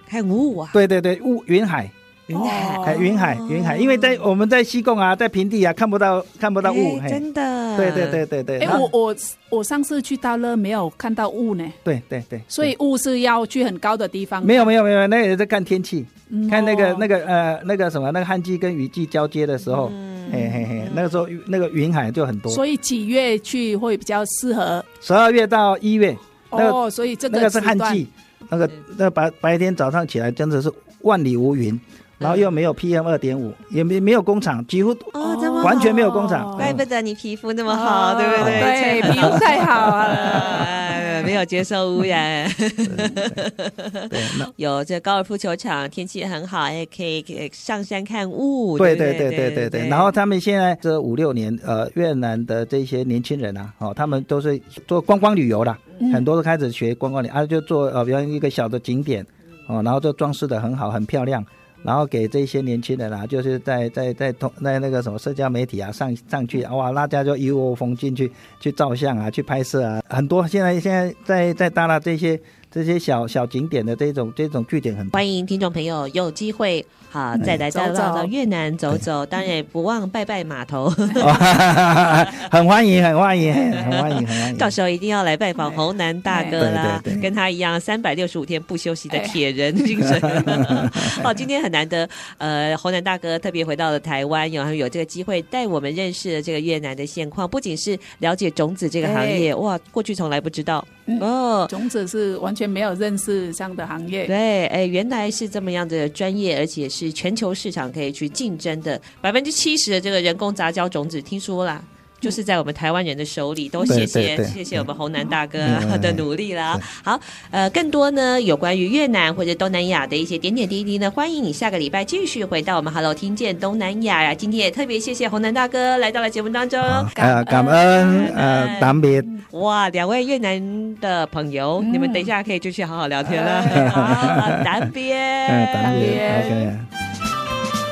A: 看雾啊，
B: 对对对，雾云海，
A: 云海
C: 哦
B: 哎，云海，云海，因为在我们在西贡啊，在平地啊，看不到看不到雾，
A: 哎
B: 嘿，
A: 真的，
B: 对对对对对，
C: 哎，
B: 然后
C: 我我我上次去大乐没有看到雾呢，
B: 对对对，
C: 所以雾是要去很高的地方。
B: 没有没有没有，那也是看天气，
C: 嗯
B: 看那个那
C: 哦
B: 个呃那个什么那个旱季跟雨季交接的时候，
A: 嗯
B: 嘿嘿嘿，那个时候那个云海就很多，
C: 所以几月去会比较适合？
B: 十二月到一月，那个
C: 哦，所以这
B: 那个是
C: 时
B: 旱
C: 段
B: 季，那个那白白天早上起来真的是万里无云，然后又没有 PM 二点五，也没没有工厂，几乎
A: 哦，这么
B: 完全没有工厂
C: 哦
A: 怪不得你皮肤那么
B: 哦
A: 好，对不对？
C: 对，皮肤太好了。
A: 呃， 没有接受污染，
B: 对，那
A: 有这高尔夫球场，天气很好，哎，可以可以上山看雾，
B: 对
A: 对
B: 对
A: 不
B: 对
A: 对
B: 对对对。然后他们现在这五六年，呃，越南的这些年轻人啊，哦，他们都是做观光旅游啦，很多都开始学观光旅，啊，就做呃，比方一个小的景点，哦，然后就装饰的很好，很漂亮。然后给这些年轻人啊，就是在在在通在那个什么社交媒体啊上上去，哇，大家就一窝蜂进去去照相啊，去拍摄啊，很多现在现在在在搭了这些这些小小景点的这种这种据点很多。
A: 欢迎听众朋友有机会啊，
B: 哎
A: 再来到
C: 走走
A: 到越南走走，当然也不忘拜拜码头，
B: 很欢迎，很欢迎，很欢迎，很欢迎。
A: 到时候一定要来拜访侯南大哥啦
B: 对对，对
A: 跟他一样三百六十五天不休息的铁人精神。哦，今天很难得，呃，侯南大哥特别回到了台湾，然后有这个机会带我们认识了这个越南的现况，不仅是了解种子这个行业，哇，过去从来不知道哦。
C: 种子是完全没有认识这样的行业，
A: 对，哎，原来是这么样的专业，而且是全球市场可以去竞争的。百分之七十的这个人工杂交种子，听说啦。就是在我们台湾人的手里，都谢谢
B: 对对对
A: 谢谢我们侯南大哥
B: 嗯
A: 的努力啦。好，呃，更多呢有关于越南或者东南亚的一些点点滴滴呢，欢迎你下个礼拜继续回到我们 Hello 听见东南亚呀。今天也特别谢谢侯南大哥来到了节目当中。
B: 好呃，感恩，呃，南别，
A: 哇，两位越南的朋友，
B: 嗯
A: 你们等一下可以继续好好聊天 了。
C: 哎
A: 好，好南边，
B: 呃，南别
C: 感恩
B: Ờ, ，OK。